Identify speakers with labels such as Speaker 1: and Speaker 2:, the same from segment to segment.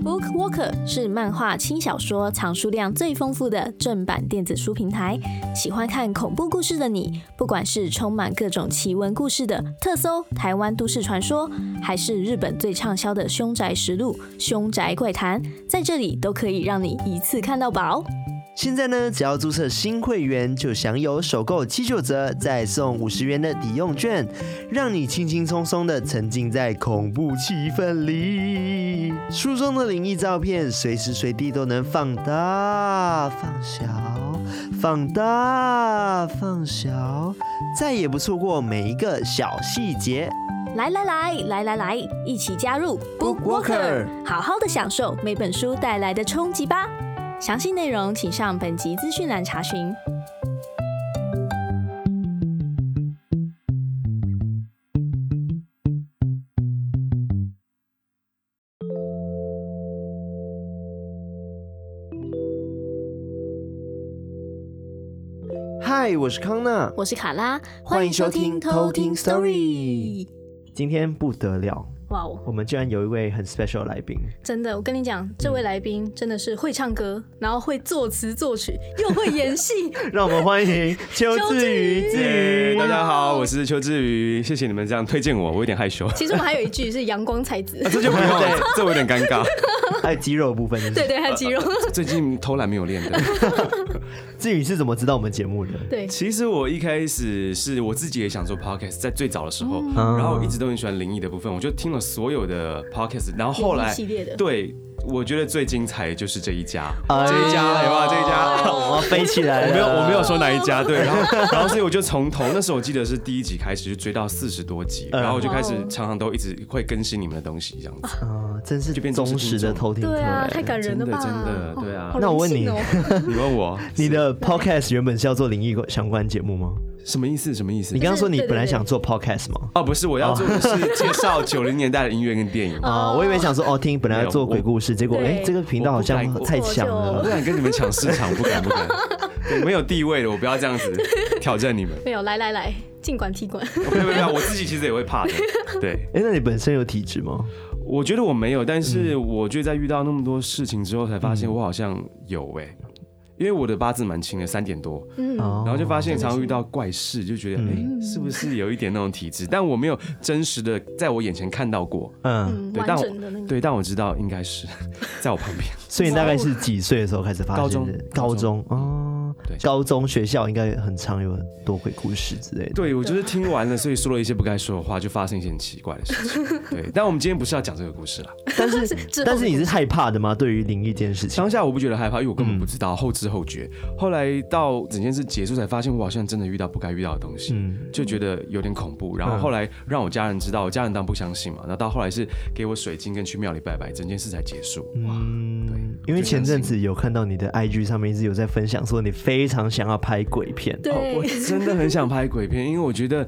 Speaker 1: Book 是漫画、轻小说藏书量最丰富的正版电子书平台。喜欢看恐怖故事的你，不管是充满各种奇闻故事的特搜台湾都市传说，还是日本最畅销的《凶宅实录》《凶宅怪谈》，在这里都可以让你一次看到饱。
Speaker 2: 现在呢，只要注册新会员，就享有首购七九折，再送五十元的抵用券，让你轻轻松松的沉浸在恐怖气氛里。书中的灵异照片，随时随地都能放大、放小、放大、放小，再也不错过每一个小细节。
Speaker 1: 来来来来来来，一起加入
Speaker 2: Book Walker
Speaker 1: 好好的享受每本书带来的冲击吧。详细内容请上本集资讯栏查询。
Speaker 2: 嗨，我是康娜，
Speaker 1: 我是卡拉，
Speaker 2: 欢迎收听偷听 Story。今天不得了，
Speaker 1: 哇哦，
Speaker 2: 我们居然有一位很 special 来宾。
Speaker 1: 真的，我跟你讲，这位来宾真的是会唱歌，然后会作词作曲，又会演 戏，
Speaker 2: 让我们欢迎邱志
Speaker 1: 邱
Speaker 2: 宇，
Speaker 1: 志
Speaker 2: 志
Speaker 3: 耶
Speaker 2: 宇，
Speaker 3: 大家好，我是邱志宇，谢谢你们这样推荐我，我有点害羞，啊、
Speaker 1: 其实我们还有一句是阳光才子，
Speaker 3: 这就不用 了，这我有点尴尬。
Speaker 2: 还有肌肉的部分。
Speaker 1: 对，对，还有肌 肉，
Speaker 3: 最近偷懒没有练的。
Speaker 2: 志宇是怎么知道我们节目的？
Speaker 1: 对，啊
Speaker 3: 其实我一开始是我自己也想做 podcast，在最早的时候，
Speaker 2: 嗯
Speaker 3: 然后我一直都很喜欢灵异的部分，我就听了所有的 podcast，然后后
Speaker 1: 灵
Speaker 3: 来
Speaker 1: 异系列的
Speaker 3: 对。我觉得最精彩的就是这一家，
Speaker 2: 哎
Speaker 3: 这一家
Speaker 2: 呦
Speaker 3: 有吧？这一家，
Speaker 2: 我要飞起来
Speaker 3: 我
Speaker 2: 了！
Speaker 3: 没有，
Speaker 1: 哎
Speaker 3: 我没有说哪一家，对。然后，然后所以我就从头，那时候我记得是第一集开始就追到四十多集，
Speaker 2: 嗯
Speaker 3: 然后我就开始
Speaker 1: 哇哦
Speaker 3: 常常都一直会更新你们的东西，这样子。
Speaker 2: 啊，真是
Speaker 3: 就变成
Speaker 2: 忠实的偷听客。
Speaker 1: 对啊，太
Speaker 2: 哎
Speaker 1: 感人了吧？
Speaker 3: 真的真的对啊
Speaker 1: 哦好
Speaker 2: 那我问 你
Speaker 1: 荣幸哦
Speaker 3: 你问我
Speaker 2: 你的 podcast 原本是要做灵异相关节目吗？
Speaker 3: 什么意思？什么意思
Speaker 2: 你？刚刚说
Speaker 1: 对
Speaker 2: 你
Speaker 1: 对
Speaker 2: 本来
Speaker 1: 对
Speaker 2: 想做 podcast 吗？
Speaker 3: 哦，不是，我要做的是介绍九零年代的音乐跟电影。
Speaker 2: 啊，我以为想说哦，听本来要做鬼故事，结果
Speaker 1: 对
Speaker 2: 哎，这个频道好像
Speaker 3: 我不
Speaker 2: 太强
Speaker 1: 我
Speaker 3: 我不
Speaker 2: 了。
Speaker 3: 敢跟你们抢市场，不敢 不敢，对没有地位的，我不要这样子挑战你们。
Speaker 1: 没有，来来来，尽管踢馆，
Speaker 3: 没有没有没有，我自己其实也会怕的。对，
Speaker 2: 哎，那你本身有体质吗？
Speaker 3: 我觉得我没有，但是
Speaker 2: 嗯
Speaker 3: 我觉得在遇到那么多事情之后，才发现我好像有哎、因为我的八字蛮轻的，三点多，
Speaker 1: 嗯，
Speaker 2: 哦嗯
Speaker 3: 然后就发现常常遇到怪事，就觉得哎、是不是有一点那种体质？但我没有真实的在我眼前看到过，
Speaker 2: 嗯，
Speaker 1: 嗯，
Speaker 3: 对，
Speaker 1: 完
Speaker 3: 但我
Speaker 1: 整的那个，
Speaker 3: 对，但我知道应该是 在我旁边。
Speaker 2: 所以你大概是几岁的时候开始发
Speaker 3: 高
Speaker 2: 现
Speaker 3: 中
Speaker 2: 的？高中哦
Speaker 3: 对，
Speaker 2: 高中学校应该很常有很多鬼故事之类的。
Speaker 3: 对，我就是听完了，所以说了一些不该说的话，就发生一些很奇怪的事情。 对，但我们今天不是要讲这个故 事啦。
Speaker 2: 但
Speaker 1: 是之
Speaker 2: 是
Speaker 1: 后
Speaker 2: 但是你是害怕的吗？对于灵异这件事情
Speaker 3: 当，下我不觉得害怕，因为我根本不知道，后知后觉。后来到整件事结束才发现，我好像真的遇到不该遇到的东西，
Speaker 2: 嗯
Speaker 3: 就觉得有点恐怖。然后后来让我家人知道，我家人当然不相信嘛。然后到后来是给我水晶跟去庙里拜拜，整件事才结束。对
Speaker 2: 嗯，因为前阵子有看到你的 IG 上面一直有在分享说你非常想要拍鬼片，
Speaker 3: 哦 我
Speaker 1: 对，
Speaker 3: 真的很想拍鬼片，因为我觉得，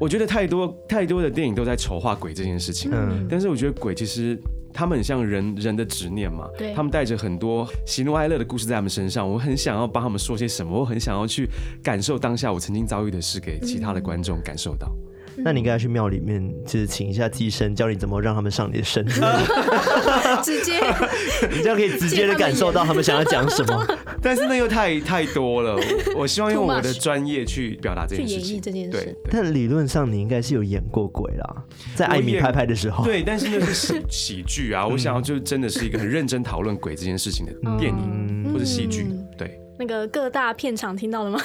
Speaker 3: 我觉得太多太多的电影都在筹划鬼这件事情。
Speaker 2: 嗯
Speaker 3: 但是我觉得鬼其实他们很像人人的执念嘛
Speaker 1: 对，
Speaker 3: 他们带着很多喜怒哀乐的故事在他们身上，我很想要帮他们说些什么，我很想要去感受当下我曾经遭遇的事，给其他的
Speaker 1: 嗯
Speaker 3: 观众感受到。
Speaker 2: 那你应该去庙里面就是请一下寄生，教你怎么让他们上你的 身，你
Speaker 1: 直接
Speaker 2: 这样可以直接的感受到他们想要讲 什么。
Speaker 3: 但是那又太太多了，我我希望用
Speaker 1: Too much
Speaker 3: 我的专业去表达这件
Speaker 1: 去
Speaker 3: 事
Speaker 1: 演
Speaker 3: 情，
Speaker 1: 绎这件事
Speaker 3: 对对
Speaker 2: 但理论上你应该是有演过鬼啦，在艾米拍拍的时候，
Speaker 3: 对，但是那是 喜喜剧啊，我想要就真的是一个很认真讨论鬼这件事情的电影或者戏剧
Speaker 1: 嗯，
Speaker 3: 对。
Speaker 1: 那个各大片场听到了吗？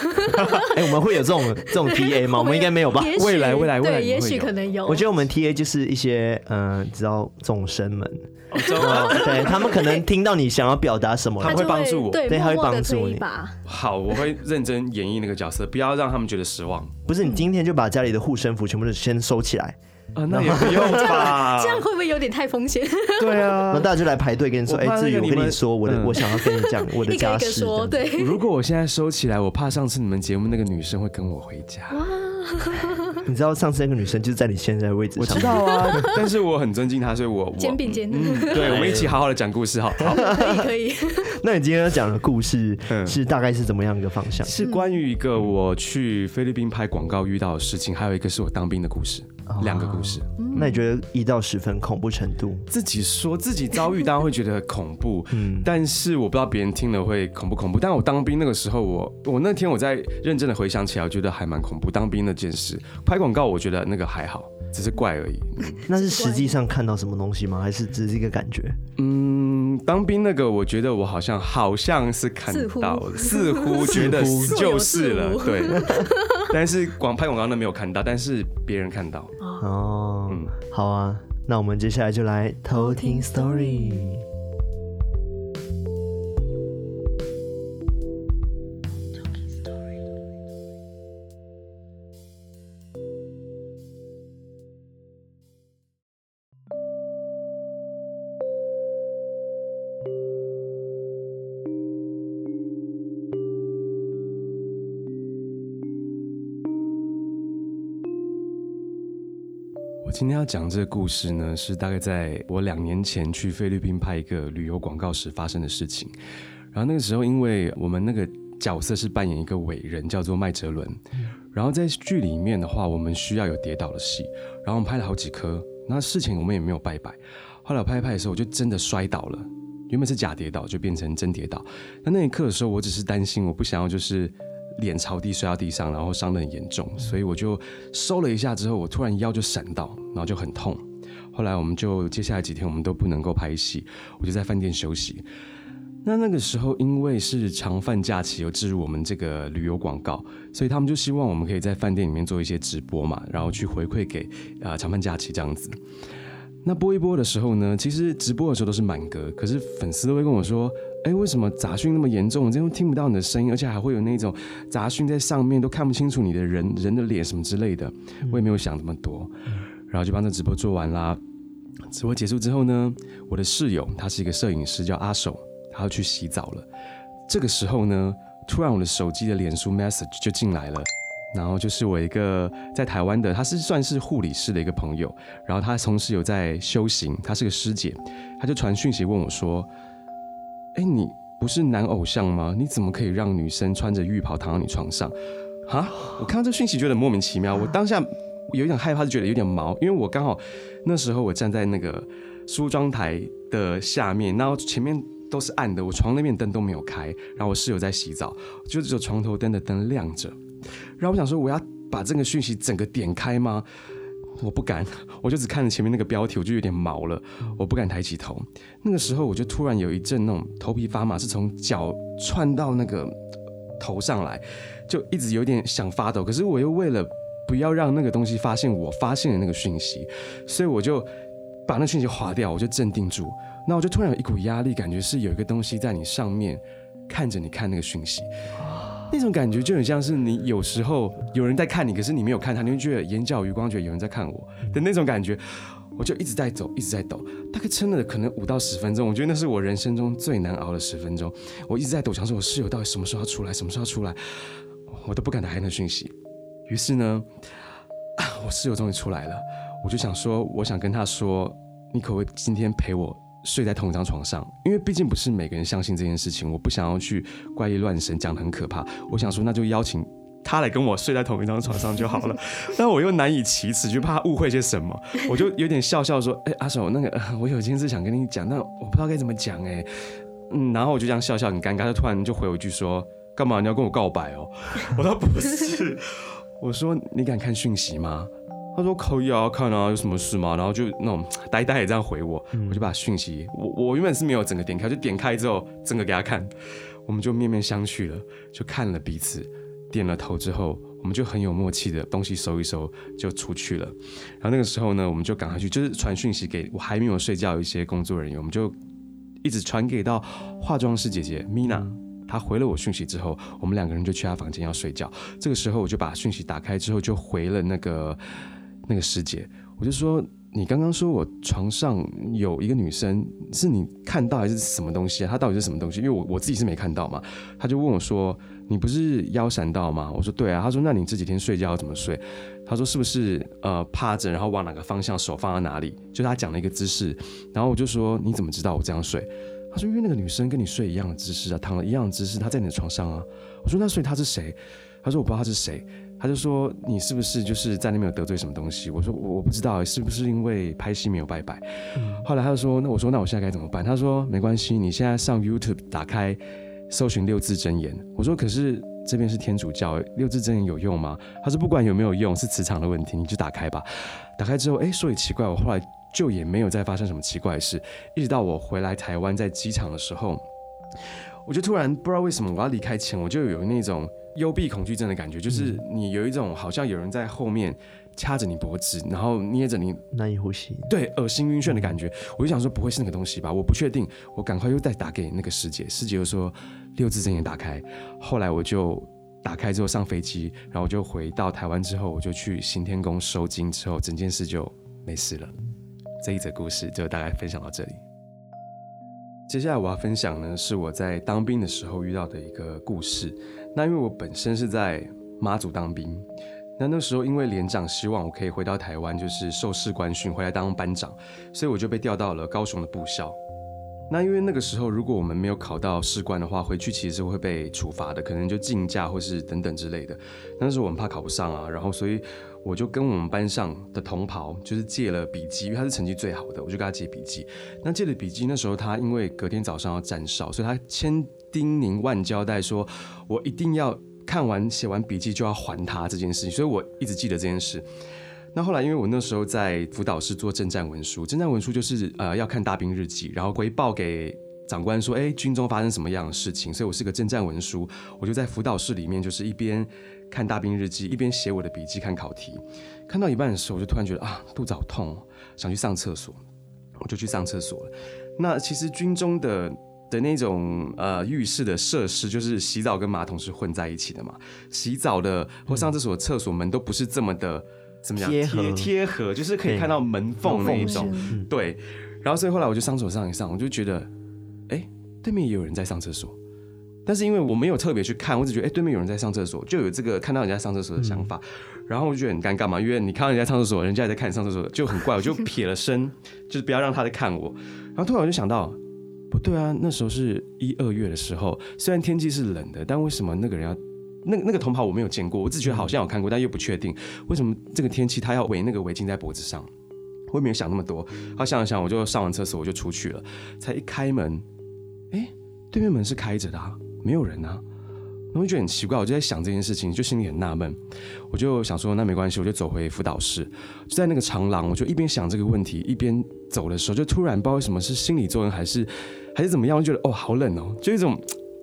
Speaker 2: 哎，我们会有这种这种 TA 吗？我们应该没有吧？
Speaker 1: 也许
Speaker 3: 未来未来未来
Speaker 1: 对，
Speaker 3: 你会
Speaker 1: 也许
Speaker 3: 有
Speaker 1: 可能有。
Speaker 2: 我觉得我们 TA 就是一些嗯，呃你知道众生们，
Speaker 3: 哦真的吗
Speaker 2: 对他们可能听到你想要表达什么，
Speaker 1: 他
Speaker 3: 他
Speaker 1: 就
Speaker 3: 会帮助啊我
Speaker 1: 对，
Speaker 2: 对他会
Speaker 1: 默默地
Speaker 2: 帮助
Speaker 1: 推一
Speaker 2: 你
Speaker 1: 把。
Speaker 3: 好，我会认真演绎那个角色，不要让他们觉得失望
Speaker 2: 不是你今天就把家里的护身符全部都先收起来，
Speaker 3: 啊！那也 不用吧，
Speaker 1: 这样会不会有点太风险？
Speaker 3: 对
Speaker 2: 然
Speaker 3: 啊
Speaker 2: 后。大家就来排队跟你说，
Speaker 3: 我
Speaker 2: 哎，
Speaker 3: 怕那个
Speaker 2: 志宇，我
Speaker 3: 你
Speaker 2: 跟你
Speaker 3: 们
Speaker 2: 说，我的
Speaker 3: 嗯
Speaker 2: 我想要跟你讲我的
Speaker 1: 一个
Speaker 2: 家
Speaker 1: 一个
Speaker 2: 事
Speaker 1: 说，
Speaker 2: 等等。
Speaker 1: 对，
Speaker 3: 如果我现在收起来，我怕上次你们节目那个女生会跟我回家。
Speaker 2: 你知道上次那个女生就是在你现在的位置
Speaker 3: 我
Speaker 2: 上
Speaker 3: 知，道啊， 但是我很尊敬她，所以我我
Speaker 1: 肩并肩
Speaker 3: 嗯，对，我们一起好好的讲故事，好不好？
Speaker 1: 可以可以，
Speaker 2: 那你今天要讲的故事
Speaker 3: 嗯
Speaker 2: 是大概是怎么样一个方向？
Speaker 3: 是关于一个我去菲律宾拍广告遇到的事情，还有一个是我当兵的故事。两个故事。
Speaker 2: 那你觉得一到十分恐怖程度？
Speaker 3: 自己说自己遭遇，大家会觉得恐怖，
Speaker 2: 嗯
Speaker 3: 但是我不知道别人听了会恐不恐怖。但我当兵那个时候我，我那天我在认真的回想起来，我觉得还蛮恐怖。当兵那件事，拍广告我觉得那个还好，只是怪而已。
Speaker 2: 那是实际上看到什么东西吗？还是只是一个感觉？
Speaker 3: 嗯，当兵那个，我觉得我好像好像是看到了，似乎觉得
Speaker 2: 似
Speaker 3: 就
Speaker 1: 有
Speaker 3: 是
Speaker 1: 似
Speaker 3: 了，
Speaker 1: 无
Speaker 3: 对。 但是广拍广告那没有看到，但是别人看到。
Speaker 2: 哦，
Speaker 3: 嗯
Speaker 2: 好啊，那我们接下来就来偷听 story。
Speaker 3: 我今天要讲这个故事呢，是大概在我两年前去菲律宾拍一个旅游广告时发生的事情。然后那个时候，因为我们那个角色是扮演一个伟人，叫做麦哲伦。然后在剧里面的话，我们需要有跌倒的戏，然后我们拍了好几颗。那事情我们也没有拜拜。后来我拍一拍的时候，我就真的摔倒了。原本是假跌倒，就变成真跌倒。那那一刻的时候，我只是担心，我不想要就是脸朝地摔到地上，然后伤得很严重，所以我就收了一下之后，我突然腰就闪到，然后就很痛。后来我们就接下来几天我们都不能够拍戏，我就在饭店休息。那那个时候因为是长饭假期，有置入我们这个旅游广告，所以他们就希望我们可以在饭店里面做一些直播嘛，然后去回馈给啊、呃长饭假期这样子。那播一播的时候呢，其实直播的时候都是满格，可是粉丝都会跟我说：“哎，为什么杂讯那么严重？我真的听不到你的声音，而且还会有那种杂讯在上面都看不清楚你的人人的脸什么之类的。”我也没有想这么多，然后就帮这直播做完啦。直播结束之后呢，我的室友他是一个摄影师，叫阿手，他要去洗澡了。这个时候呢，突然我的手机的脸书 message 就进来了。然后就是我一个在台湾的，他是算是护理师的一个朋友，然后他同时有在修行，她是个师姐，她就传讯息问我说：“哎，你不是男偶像吗？你怎么可以让女生穿着浴袍躺到你床上？”啊！我看到这讯息觉得莫名其妙，我当下有一点害怕，就觉得有点毛，因为我刚好那时候我站在那个梳妆台的下面，然后前面。都是暗的，我床那边灯都没有开，然后我室友在洗澡，就只有床头灯的灯亮着。然后我想说，我要把这个讯息整个点开吗？我不敢，我就只看着前面那个标题，我就有点毛了，我不敢抬起头。那个时候我就突然有一阵那种头皮发麻，是从脚窜到那个头上来，就一直有点想发抖，可是我又为了不要让那个东西发现我发现的那个讯息，所以我就把那讯息划掉，我就镇定住。那我就突然有一股压力，感觉是有一个东西在你上面看着你看那个讯息，那种感觉就很像是你有时候有人在看你，可是你没有看他，你会觉得眼角余光，觉得有人在看我的那种感觉。我就一直在走，一直在抖，大概撑了可能五到十分钟，我觉得那是我人生中最难熬的十分钟。我一直在抖，想说我室友到底什么时候要出来，什么时候要出来，我都不敢打开那讯息。于是呢，啊我室友终于出来了，我就想说，我想跟他说，你可不可以今天陪我睡在同一张床上？因为毕竟不是每个人相信这件事情，我不想要去怪力乱神，讲的很可怕。我想说，那就邀请他来跟我睡在同一张床上就好了。 但我又难以启齿，就怕他误会些什么，我就有点笑笑说：“哎、阿手，那个、呃我有件事想跟你讲，但我不知道该怎么讲。”哎，嗯，然后我就这样笑笑，很尴尬，他突然就回我一句说：“干嘛你要跟我告白哦？”我说：“不是。”我说：“你敢看讯息吗？”他说可以啊，看啊，有什么事吗？然后就那种呆呆的这样回我，我就把讯息，我我原本是没有整个点开，就点开之后整个给他看，我们就面面相觑了，就看了彼此，点了头之后，我们就很有默契的东西收一收就出去了。然后那个时候呢，我们就赶快去，就是传讯息给我还没有睡觉的一些工作人员，我们就一直传给到化妆师姐姐 Mina。她回了我讯息之后，我们两个人就去她房间要睡觉。这个时候我就把讯息打开之后，就回了那个那个师姐，我就说你刚刚说我床上有一个女生，是你看到还是什么东西啊？她到底是什么东西？因为我我自己是没看到嘛。她就问我说你不是腰闪到吗？我说对啊。她说那你这几天睡觉怎么睡？她说是不是呃趴着，然后往哪个方向，手放到哪里？就她讲了一个姿势，然后我就说你怎么知道我这样睡？她说因为那个女生跟你睡一样的姿势啊，躺了一样的姿势，她在你的床上啊。我说那所以她是谁？她说我不知道她是谁。他就说你是不是就是在那边有得罪什么东西？我说我我不知道，是不是因为拍戏没有拜拜？后来他就说那我说那我现在该怎么办？他说没关系，你现在上 YouTube 打开搜寻六字真言。我说可是这边是天主教，六字真言有用吗？他说不管有没有用，是磁场的问题，你就打开吧。打开之后，哎，说也奇怪，我后来就也没有再发生什么奇怪的事，一直到我回来台湾在机场的时候。我就突然不知道为什么我要离开前，我就有那种幽闭恐惧症的感觉，就是你有一种好像有人在后面掐着你脖子，然后捏着你，
Speaker 2: 难以呼吸。
Speaker 3: 对，恶心晕眩的感觉。我就想说不会是那个东西吧，我不确定。我赶快又再打给那个师姐，师姐又说六字真言打开。后来我就打开之后上飞机，然后我就回到台湾之后，我就去行天宫收经之后，整件事就没事了。这一则故事就大概分享到这里。接下来我要分享呢，是我在当兵的时候遇到的一个故事。那因为我本身是在马祖当兵，那那时候因为连长希望我可以回到台湾，就是受士官训，回来当班长，所以我就被调到了高雄的部校。那因为那个时候，如果我们没有考到士官的话，回去其实是会被处罚的，可能就竞价或是等等之类的。那时候我们怕考不上啊，然后所以我就跟我们班上的同袍就是借了笔记，因为他是成绩最好的，我就跟他借笔记。那借了笔记，那时候他因为隔天早上要站哨，所以他千叮咛万交代说，我一定要看完写完笔记就要还他这件事情，所以我一直记得这件事。那后来，因为我那时候在辅导室做政战文书，政战文书就是呃要看大兵日记，然后回报给长官说，哎，军中发生什么样的事情，所以我是个政战文书，我就在辅导室里面就是一边看大兵日记，一边写我的笔记，看考题。看到一半的时候，我就突然觉得啊肚子好痛哦，想去上厕所，我就去上厕所了。那其实军中的的那种呃浴室的设施，就是洗澡跟马桶是混在一起的嘛，洗澡的或上厕所的厕所门都不是这么的。怎么讲？
Speaker 2: 贴合
Speaker 3: 贴贴合，就是可以
Speaker 2: 对
Speaker 3: 看到门缝那 一种。
Speaker 2: 嗯
Speaker 3: 对，然后所以后来我就上厕所上一上，我就觉得，哎、对面也有人在上厕所，但是因为我没有特别去看，我只觉得，哎、对面有人在上厕所，就有这个看到人家上厕所的想法，然后我就觉得很尴尬嘛，因为你看到人家上厕所，人家也在看你上厕所，就很怪，我就撇了身，就是不要让他在看我，然后突然我就想到。不对啊，那时候是一二月的时候，虽然天气是冷的，但为什么那个人要那那个同袍我没有见过，我只觉得好像有看过，但又不确定为什么这个天气他要围那个围巾在脖子上。我也没有想那么多，他想了想，我就上完厕所我就出去了，才一开门，哎、对面门是开着的、啊，没有人啊。然后我就觉得很奇怪，我就在想这件事情，就心里很纳闷。我就想说，那没关系，我就走回辅导室，就在那个长廊，我就一边想这个问题，一边走的时候，就突然不知道为什么是心理作用还是还是怎么样，我就觉得哦好冷哦，就一种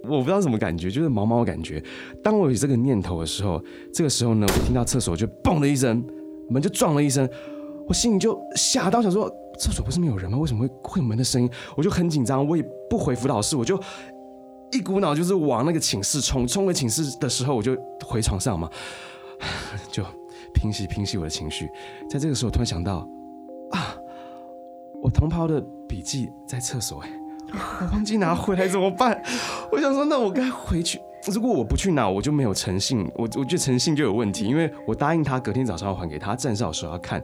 Speaker 3: 我不知道什么感觉，就是毛毛的感觉。当我有这个念头的时候，这个时候呢，我听到厕所就嘣的一声，门就撞了一声，我心里就吓到，想说厕所不是没有人吗？为什么会会有门的声音？我就很紧张，我也不回辅导室，我就一股脑就是往那个寝室冲。冲回寝室的时候，我就回床上嘛， 就平息平息我的情绪。在这个时候，突然想到啊，我同袍的笔记在厕所哎、我忘记拿回来怎么办？我想说，那我该回去。如果我不去拿，我就没有诚信，我我觉得诚信就有问题，因为我答应他隔天早上要还给他，站哨的时候要看。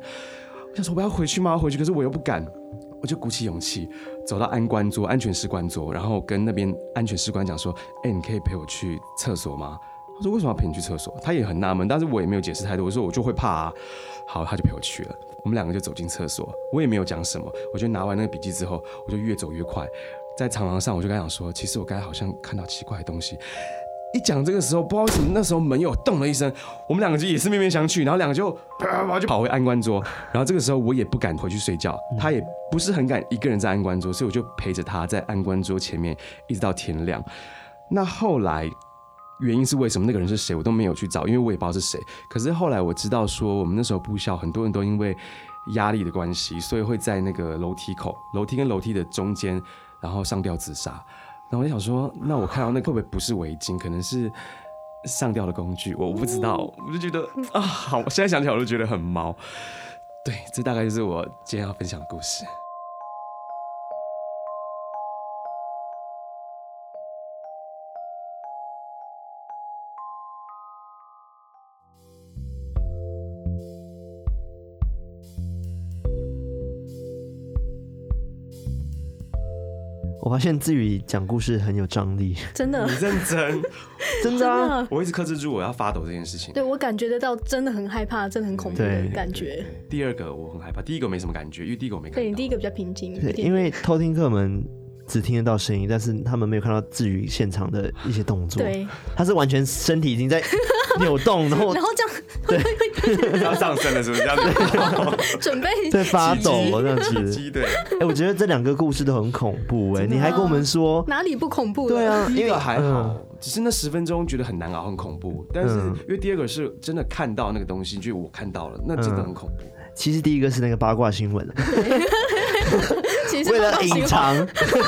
Speaker 3: 我想说我要回去吗？回去，可是我又不敢，我就鼓起勇气走到安官桌、安全士官桌，然后跟那边安全士官讲说：“哎、你可以陪我去厕所吗？”他说：“为什么要陪你去厕所？”他也很纳闷，但是我也没有解释太多，我说我就会怕啊。好，他就陪我去了。我们两个就走进厕所，我也没有讲什么，我就拿完那个笔记之后，我就越走越快，在长廊上我就跟他讲说：“其实我刚才好像看到奇怪的东西。”一讲这个时候，不知道为什么那时候门又动了一声，我们两个就也是面面相觑，然后两个就 啪啪就跑回安官桌，然后这个时候我也不敢回去睡觉，他也不是很敢一个人在安官桌，所以我就陪着他在安官桌前面一直到天亮。那后来原因是为什么那个人是谁，我都没有去找，因为我也不知道是谁。可是后来我知道说，我们那时候部校很多人都因为压力的关系，所以会在那个楼梯口、楼梯跟楼梯的中间，然后上吊自杀。然后我就想说，那我看到那个会不会不是围巾，可能是上吊的工具，我不知道。我就觉得啊，好，我现在想起来我就觉得很毛。对，这大概就是我今天要分享的故 事。
Speaker 2: 我发现自己讲故事很有张力，
Speaker 1: 真的
Speaker 3: 你认 真，
Speaker 2: 真
Speaker 1: 真
Speaker 2: 的啊、
Speaker 1: 的，
Speaker 3: 我一直克制住我要发抖这件事情。
Speaker 1: 对我感觉得到，真的很害怕，真的很恐怖
Speaker 2: 对
Speaker 1: 的感觉。
Speaker 3: 对第二个我很害怕，第一个没什么感觉，因为第一个我没看
Speaker 1: 对你
Speaker 3: 到。
Speaker 1: 第一个比较平静一
Speaker 2: 对，
Speaker 1: 点，
Speaker 2: 因为偷听客们只听得到声音，但是他们没有看到志宇现场的一些动作，
Speaker 1: 对，
Speaker 2: 他是完全身体已 经在扭动，然后
Speaker 1: 然后这样
Speaker 3: 要上升了，是不是？这 样子，
Speaker 1: 准备
Speaker 2: 在发抖这样
Speaker 3: 鸡
Speaker 2: 子。
Speaker 3: 鸡对，
Speaker 2: 哎、我觉得这两个故事都很恐怖哎、
Speaker 1: 真的
Speaker 2: 你还跟我们说，
Speaker 1: 哪里不恐怖了？
Speaker 2: 对啊，
Speaker 3: 第
Speaker 2: 因
Speaker 3: 一
Speaker 2: 为
Speaker 3: 个还好，只是那十分钟觉得很难熬，很恐怖。但是
Speaker 2: 嗯
Speaker 3: 因为第二个是真的看到那个东西，就我看到了，那真
Speaker 2: 嗯
Speaker 3: 的很恐怖。
Speaker 2: 其实第一个是那个八卦新闻，
Speaker 1: 其实
Speaker 2: 为
Speaker 1: 是
Speaker 2: 了
Speaker 1: 放心
Speaker 2: 隐藏，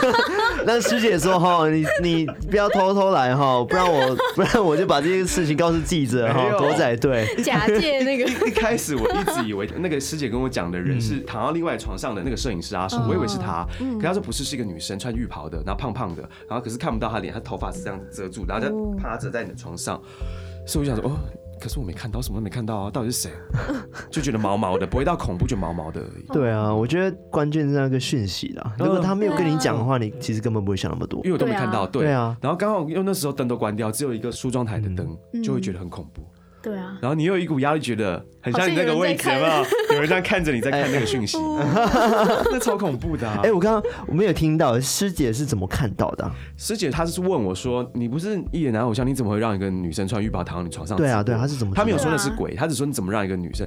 Speaker 2: 让师姐说哈，你你不要偷偷来哈，不 然我不然我就把这件事情告诉记者
Speaker 3: 没
Speaker 2: 哈，
Speaker 3: 有
Speaker 2: 狗仔队。
Speaker 1: 假借那个
Speaker 3: 一开始我一直以为那个师姐跟我讲的人是躺到另外床上的那个摄影师阿叔，我以为是他，可她说不是，是一个女生穿浴袍的，然后胖胖的，然后可是看不到她脸，她头发是这样子遮住，然后就趴着在你的床上，所以我就想说哦。可是我没看到，什么都没看到啊！到底 是谁？就觉得毛毛的，不会到恐怖，就毛毛的而
Speaker 1: 哦
Speaker 3: 已。
Speaker 2: 对啊，我觉得关键是那个讯息啦。如果
Speaker 3: 嗯
Speaker 2: 他没有跟你讲的话，
Speaker 1: 啊
Speaker 2: 你其实根本不会想那么多
Speaker 3: 因。为我都没看到，对
Speaker 2: 对啊
Speaker 3: 然后刚好又那时候灯都关掉，只有一个梳妆台的灯，就会觉得很恐怖。
Speaker 1: 对 啊，
Speaker 3: 然后你又有一股压力，觉得很像你那个位置，
Speaker 1: 好
Speaker 3: 有
Speaker 1: 像有
Speaker 3: 没
Speaker 1: 人在
Speaker 3: 有？有人这样看着你在看那个讯息，那超恐怖的、啊。
Speaker 2: 哎、我刚刚我没有听到师姐是怎么看到的啊、
Speaker 3: 师姐她是问我说：“你不是一眼男偶像，你怎么会让一个女生穿浴袍躺到你床上直播？”
Speaker 2: 对啊，对啊，她是怎么知道？
Speaker 3: 她没有说那是鬼，她只说你怎么让一个女生。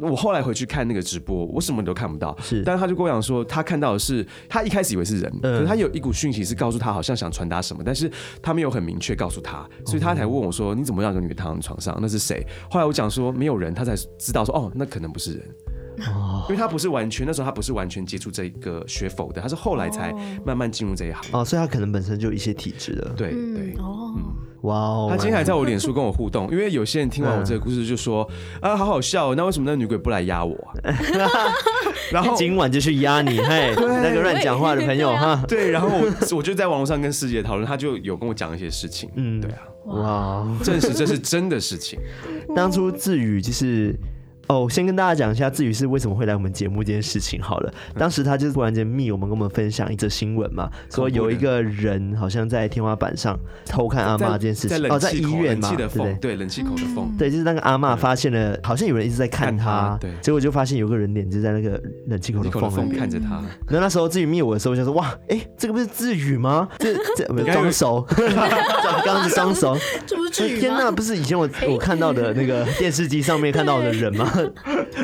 Speaker 3: 我后来回去看那个直播，我什么都看不到。
Speaker 2: 是
Speaker 3: 但是她就跟我讲说，她看到的是，她一开始以为是人，
Speaker 2: 嗯
Speaker 3: 可是她有一股讯息是告诉她好像想传达什么，但是她没有很明确告诉她，所以她才问我说：“你怎么让一个女的躺到你床上？那是谁？”后来我讲说没有人，她才知道说哦，那可能不是人。
Speaker 2: 哦
Speaker 3: 因为她不是完全那时候她不是完全接触这个学否的，她是后来
Speaker 2: 哦
Speaker 3: 才慢慢进入这一行。
Speaker 2: 哦，所以她可能本身就有一些体质的。
Speaker 3: 对对
Speaker 1: 嗯，，哦，
Speaker 2: 哇哦，
Speaker 3: 他今天还在我脸书跟我互动，因为有些人听完我
Speaker 2: 嗯
Speaker 3: 这个故事就说：“啊，好好笑哦，那为什么那女鬼不来压我啊、 然后
Speaker 2: 今晚就去压你，嘿，那个乱讲话的朋友
Speaker 1: 对啊
Speaker 2: 哈。
Speaker 3: 对，然后我我就在网络上跟师姐讨论，她就有跟我讲一些事情。嗯，
Speaker 2: 嗯
Speaker 3: 对啊，
Speaker 2: 哇哦，
Speaker 3: 证实这是真的事情。
Speaker 2: 当初志宇就是。哦，先跟大家讲一下志宇是为什么会来我们节目这件事情好了。当时他就是突然间密我们，跟我们分享一则新闻嘛，说有一个人好像在天花板上偷看阿
Speaker 3: 在
Speaker 2: 妈这件事
Speaker 3: 在
Speaker 2: 情，哦，
Speaker 3: 冷
Speaker 2: 在
Speaker 3: 气口
Speaker 2: 医院
Speaker 3: 冷
Speaker 2: 嘛，
Speaker 3: 气
Speaker 2: 对
Speaker 3: 的
Speaker 2: 不对
Speaker 3: 缝，？对，冷气口的
Speaker 1: 嗯
Speaker 3: 缝。
Speaker 2: 对，就是那个阿嬷发现了，好像有人一直在看
Speaker 3: 看
Speaker 2: 她
Speaker 3: 她，对
Speaker 2: 结果就发现有个人脸就在那个冷气口
Speaker 3: 冷
Speaker 2: 的
Speaker 3: 气口
Speaker 2: 缝
Speaker 3: 的
Speaker 2: 嗯
Speaker 3: 缝
Speaker 2: 里。
Speaker 3: 看着她，
Speaker 2: 然后那时候志宇密我的时候，我就说哇，哎、这个不是志宇吗？这这不是
Speaker 3: 该有
Speaker 2: 装 熟，装刚刚是装熟。
Speaker 1: 这不是至于吗？
Speaker 2: 天呐，不是以前我
Speaker 3: 哎
Speaker 2: 我看到的那个电视机上面看到的人 吗？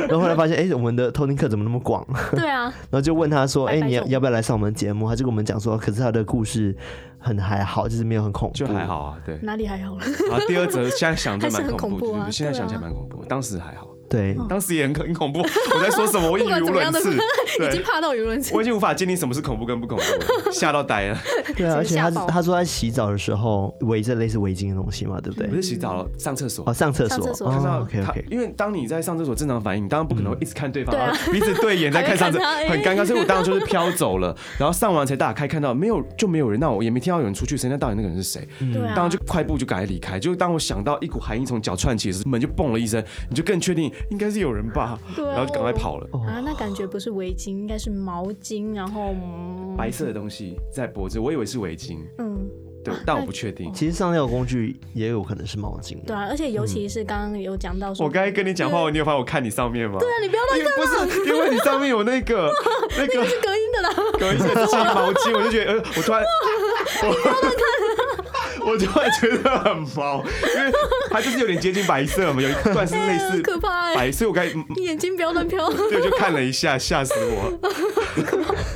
Speaker 2: 然后后来发现，哎、我们的偷听课怎么那么广？
Speaker 1: 对啊，
Speaker 2: 然后就问他说，哎、
Speaker 1: 白白
Speaker 2: 你要
Speaker 1: 种
Speaker 2: 要不要来上我们节目？他就跟我们讲说，哦可是他的故事很还好，就是没有很恐怖，
Speaker 3: 就还。好啊。对，
Speaker 1: 哪里还好了？
Speaker 3: 然后第二则现在想着
Speaker 1: 还是
Speaker 3: 蛮
Speaker 1: 很
Speaker 3: 恐
Speaker 1: 恐
Speaker 3: 怖
Speaker 1: 怖啊
Speaker 3: 的，现在
Speaker 1: 对啊
Speaker 3: 想起来蛮恐怖，当时还好，
Speaker 2: 对，
Speaker 3: 当时也很很恐怖。我在说什么？我一
Speaker 1: 不管
Speaker 3: 语无
Speaker 1: 怎么样
Speaker 3: 伦
Speaker 1: 都
Speaker 3: 次。
Speaker 1: 已经
Speaker 3: 对，
Speaker 1: 怕到舆论
Speaker 3: 我已经无法鉴定什么是恐怖跟不恐怖了，吓到呆了。
Speaker 2: 对啊，而且他
Speaker 1: 吓爆
Speaker 2: 他说他洗澡的时候围着类似围巾的东西嘛，对不对
Speaker 3: 不？是洗澡了，上厕所
Speaker 2: 哦，。上厕所
Speaker 1: 上厕，所
Speaker 2: 哦
Speaker 3: 看到
Speaker 2: OK
Speaker 3: 他
Speaker 2: OK，，
Speaker 3: 因为当你在上厕所正常反应，你当然不可
Speaker 2: 嗯
Speaker 3: 能会一直看对方，
Speaker 1: 对啊
Speaker 3: 然后彼此对眼在看上厕，
Speaker 1: 还会看他欸
Speaker 3: 很尴尬，所以我当然就是飘走了。然后上完才打开，看到没有就没有人，那我也没听到有人出去声，那到底那个人是谁？
Speaker 1: 对啊
Speaker 3: 当然就快步就赶快离开。就当我想到一股寒意从脚窜起的时候，门就嘣了一声，你就更确定应该是有人吧，
Speaker 1: 对啊
Speaker 3: 然后就赶快跑了。
Speaker 1: 啊，那感觉不是围巾，应该是毛巾，然后嗯
Speaker 3: 白色的东西在脖子，我以为是围巾，
Speaker 1: 嗯，
Speaker 3: 对，但我不确定。
Speaker 1: 哦
Speaker 2: 其实上吊工具也有可能是毛巾。
Speaker 1: 对啊，而且尤其是刚刚有讲到说，
Speaker 3: 我刚才跟你讲话，你有发现我看你上面吗？对啊，
Speaker 1: 你不要乱啊
Speaker 3: 不是，因为你上面有那 个那个
Speaker 1: 是隔音的啦，
Speaker 3: 隔一阵金毛巾，我就觉得，呃，我 突然， 我我突然觉得很毛，因为它就是有点接近白色嘛，有一段是类似
Speaker 1: 很可怕哎、
Speaker 3: 白色，我该嗯
Speaker 1: 你眼睛不要乱飘。
Speaker 3: 对，就看了一下，吓死我。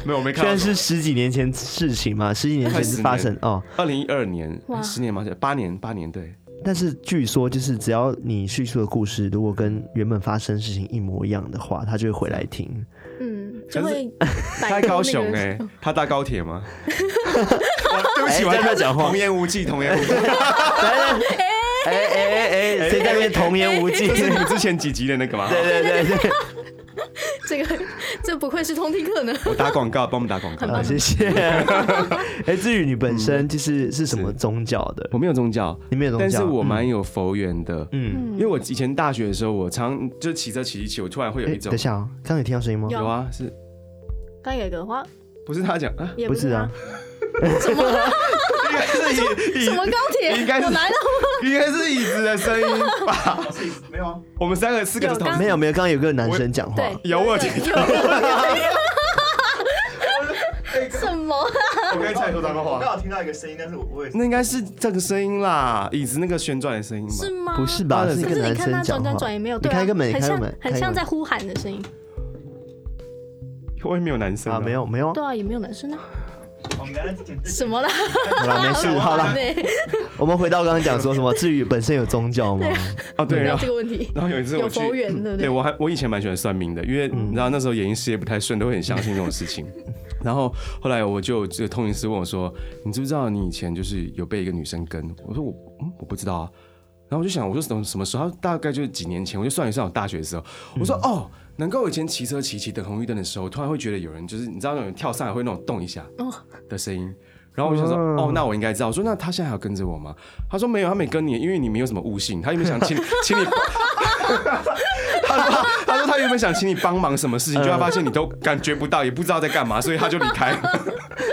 Speaker 3: 没有，我没
Speaker 2: 虽
Speaker 3: 看
Speaker 2: 然
Speaker 3: 到。
Speaker 2: 是十几年前事情嘛，十几年前是发生哦，
Speaker 3: 二零一二年，
Speaker 1: 哇
Speaker 3: 十年吗？八年，八年，对，
Speaker 2: 但是据说就是只要你叙述的故事如果跟原本发生的事情一模一样的话，他就会回来听。
Speaker 1: 嗯，就会
Speaker 3: 他
Speaker 1: 摆
Speaker 3: 在
Speaker 1: 脱
Speaker 3: 高
Speaker 1: 那
Speaker 3: 雄
Speaker 1: 个
Speaker 3: 哎、他搭高 铁吗？哇对不起，
Speaker 2: 哎
Speaker 3: 我还
Speaker 2: 在那讲话
Speaker 3: 童言无忌，童言 无忌，
Speaker 2: 哎哎哎哎，谁在那边童言无忌？
Speaker 3: 这是
Speaker 2: 对
Speaker 3: 你们之前几集的那个吗？
Speaker 2: 对对对，
Speaker 1: 这
Speaker 2: 哎
Speaker 1: 个，这不愧是通听课呢。
Speaker 3: 我打广告，帮我们打广告。
Speaker 2: 好谢谢。哎，至于你本身就是是什么宗教的？
Speaker 3: 我没有宗教，
Speaker 2: 你没有宗教
Speaker 3: 但是我蛮有佛缘的，
Speaker 2: 嗯，
Speaker 3: 因为我以前大学的时候，我常就骑车骑一骑，我突然会有
Speaker 2: 哎，
Speaker 3: 一种
Speaker 2: 等一下哦，刚刚有听到声音吗？
Speaker 1: 有
Speaker 3: 有啊，是
Speaker 1: 刚有一个花，
Speaker 3: 不是他讲啊？
Speaker 1: 也
Speaker 2: 不
Speaker 1: 是
Speaker 2: 是啊，是椅
Speaker 1: 什么高铁？
Speaker 2: 应该是
Speaker 1: 我来了，
Speaker 3: 应该是椅子的声音吧？
Speaker 4: 没有啊，
Speaker 3: 我们三个四个
Speaker 1: 有
Speaker 3: 是同
Speaker 1: 刚
Speaker 2: 没有没有，刚刚有个男生讲话
Speaker 1: 对，
Speaker 3: 有我有听到，
Speaker 1: 什么？
Speaker 4: 我
Speaker 3: 刚才差点说脏话
Speaker 4: 我刚好听到一个声音，但是我我也是
Speaker 3: 那应该是这个声音啦，椅子那个旋转的声音吧？
Speaker 1: 是吗？
Speaker 2: 不是吧？
Speaker 3: 可
Speaker 2: 是一
Speaker 1: 啊可
Speaker 2: 个
Speaker 1: 是你
Speaker 2: 男
Speaker 1: 看他
Speaker 2: 生
Speaker 1: 转
Speaker 2: 讲
Speaker 1: 转
Speaker 2: 话。
Speaker 1: 转也没有，
Speaker 2: 你
Speaker 1: 对啊
Speaker 2: 开个门，你
Speaker 1: 很
Speaker 2: 开个
Speaker 1: 像
Speaker 2: 门，
Speaker 1: 很像在
Speaker 2: 开个
Speaker 1: 呼喊的声音。
Speaker 3: 外面有男生
Speaker 2: 门啊，没有没有啊，
Speaker 1: 对啊，也没有男生啊，
Speaker 4: 我们刚才简直
Speaker 1: 什么啦？啊
Speaker 2: 好了没事， 好了。 我们回到刚刚讲说什么？至于本身有宗教吗？
Speaker 3: 哦，对，
Speaker 1: 没
Speaker 3: 然
Speaker 1: 有
Speaker 3: 后
Speaker 1: 这个问题。
Speaker 3: 然后有一次我
Speaker 1: 有
Speaker 3: 去，
Speaker 1: 佛缘，对不
Speaker 3: 对？我还我以前蛮喜欢算命的，因为你知道那时候演艺事业不太顺，都会很相信这种事情。然后后来我就这个通灵师问我说：“你知不知道你以前就是有被一个女生跟？”我说我：“嗯，我不知道啊。”然后我就想，我说什么什么时候？大概就是几年前，我就算一算我大学的时候，我说、哦，能够我以前骑车骑骑等红绿灯的时候，我突然会觉得有人就是你知道那种跳上来会那种动一下
Speaker 1: 哦
Speaker 3: 的声音。然后我就想说，哦，那我应该知道。我说，那他现在还要跟着我吗？他说没有，他没跟你，因为你没有什么悟性。他有没有想请 请你他说他说他原本想请你帮忙什么事情，就他发现你都感觉不到，也不知道在干嘛，所以他就离 开了。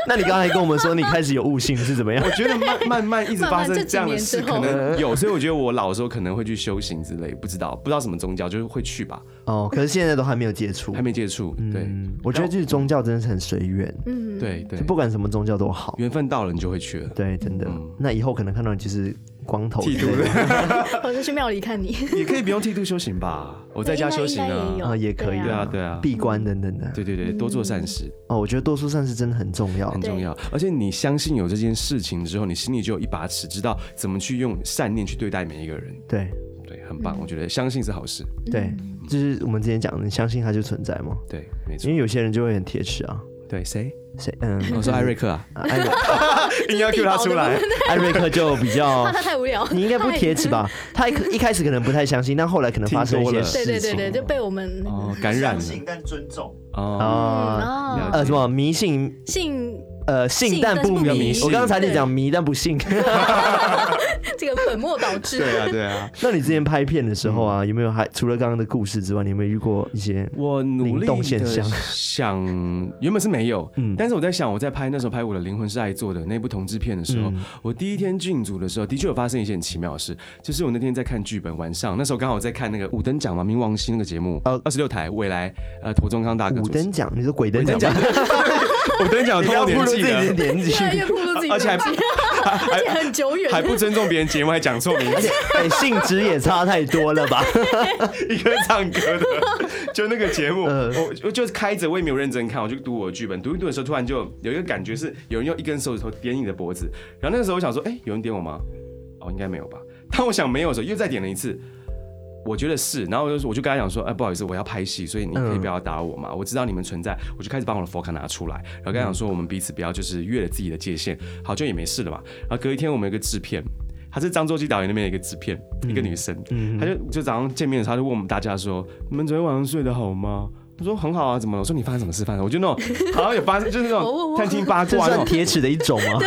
Speaker 2: 那你刚才跟我们说你开始有悟性是怎么样
Speaker 3: 我？觉得慢慢慢一直发
Speaker 1: 慢慢这
Speaker 3: 生
Speaker 1: 几
Speaker 3: 这样的
Speaker 1: 年
Speaker 3: 事，
Speaker 1: 之
Speaker 3: 可
Speaker 1: 后
Speaker 3: 能有，所以我觉得我老的时候可能会去修行之类，不知道不知道什么宗教，就是会去吧，
Speaker 2: 哦，可是现在都还没有接触
Speaker 3: 还。没接触。对
Speaker 2: 嗯，我觉得就是宗教真的是很随缘，
Speaker 1: 嗯，
Speaker 3: 对对，
Speaker 2: 不管什么宗教都好。
Speaker 3: 缘分到了你就会去了。
Speaker 2: 对，真的。那以后可能看到你就是光头
Speaker 3: 剃
Speaker 2: 之
Speaker 3: 度
Speaker 2: 类的
Speaker 1: 我就去庙里看你。
Speaker 3: 也可以不用剃度修行吧，我在家修行
Speaker 1: 应该应该也有
Speaker 3: 啊。
Speaker 2: 啊，也可以
Speaker 3: 对啊对啊，
Speaker 2: 闭关等等的。
Speaker 3: 对对对，多做善事
Speaker 2: 哦，我觉得多说善事真的很重要
Speaker 3: 很。重
Speaker 1: 对
Speaker 3: 要，而且你相信有这件事情之后，你心里就有一把尺，知道怎么去用善念去对待每一个人。
Speaker 2: 对
Speaker 3: 对，很棒，我觉得相信是好事。
Speaker 1: 嗯
Speaker 2: 对，就是我们之前讲的，你相信它就存在吗？
Speaker 3: 对，没错
Speaker 2: 因。为有些人就会很铁齿啊。
Speaker 3: 对，谁？
Speaker 2: 谁？嗯，
Speaker 3: 我说艾 瑞克啊，
Speaker 2: 啊艾瑞
Speaker 3: 硬要 Q 他出来。
Speaker 2: 艾瑞克就比 较
Speaker 1: 怕，他太无聊。
Speaker 2: 哦你应该不铁齿吧？他一一开始可能不太相信，但后来可能发生一
Speaker 3: 听多
Speaker 2: 些
Speaker 3: 了
Speaker 2: 事
Speaker 1: 对
Speaker 2: 情。
Speaker 1: 对对对，就被我们
Speaker 3: 哦，感染
Speaker 4: 相
Speaker 3: 了
Speaker 4: 信但尊重，
Speaker 3: 哦，
Speaker 2: 啊，
Speaker 1: 啊
Speaker 3: 了
Speaker 2: 呃，什么迷信
Speaker 1: 信
Speaker 2: 呃，信
Speaker 1: 信
Speaker 2: 但
Speaker 1: 但
Speaker 2: 不
Speaker 1: 不迷
Speaker 2: 迷。
Speaker 1: 信
Speaker 2: 我刚才就
Speaker 1: 对
Speaker 2: 讲迷但不信。
Speaker 1: 这个本末倒置。
Speaker 3: 对啊，对啊。
Speaker 2: 那你之前拍片的时候啊，有没有还除了刚刚的故事之外，你有没有遇过一些？
Speaker 3: 我努
Speaker 2: 灵
Speaker 3: 力
Speaker 2: 动现
Speaker 3: 的
Speaker 2: 象
Speaker 3: 想，原本是没有，
Speaker 2: 嗯
Speaker 3: 但是我在想，我在拍那时候拍我的《灵魂是爱做的》那部同志片的时候，
Speaker 2: 嗯
Speaker 3: 我第一天进组的时候，的确有发生一些很奇妙的事，就是我那天在看剧本，晚上那时候刚好在看那个五等奖嘛，冥王星那个节目
Speaker 2: 哦，
Speaker 3: 二十六台，未来呃陀中康大哥
Speaker 2: 五
Speaker 3: 主持
Speaker 2: 等，奖，你说鬼灯奖
Speaker 3: 五等
Speaker 2: 吧？
Speaker 3: 五等 奖
Speaker 2: 你
Speaker 3: 通
Speaker 2: 不要暴
Speaker 3: 过年
Speaker 2: 露自
Speaker 3: 纪
Speaker 2: 己的
Speaker 3: 的，
Speaker 2: 年 纪
Speaker 1: 越。来越暴露自己的
Speaker 3: 而且还不
Speaker 1: 年纪，而且很久远。
Speaker 3: 还不尊重别人节目，还讲错名字。
Speaker 2: 哎，性质也差太多了吧？
Speaker 3: 一个唱歌的，就那个节目，
Speaker 2: 嗯
Speaker 3: 我我就是开着，我也没有认真看，我就读我的剧本，读一读的时候，突然就有一个感觉是有人用一根手指头点你的脖子，然后那个时候我想说，哎、有人点我吗？哦，应该没有吧。当我想没有的时候，又再点了一次。我觉得是，然后我就我就跟他讲说，哎、不好意思，我要拍戏，所以你可以不要打扰我嘛。我知道你们存在，我就开始把我的佛卡拿出来，然后跟他讲说，我们彼此不要就是越了自己的界限，好就也没事了嘛。然后隔一天，我们有一个制片，她是张作骥导演那边的一个制片，
Speaker 2: 嗯
Speaker 3: 一个女生，她就就早上见面的时候，她就问我们大家说，你们昨天晚上睡得好吗？我说很好啊，怎么了？我说你发生什么事？发生什么我就那种好像有发生，就是那
Speaker 1: 我我
Speaker 3: 种
Speaker 1: 我
Speaker 3: 探听八
Speaker 2: 这
Speaker 3: 卦那
Speaker 2: 算
Speaker 3: 种。
Speaker 2: 铁齿的一种 吗？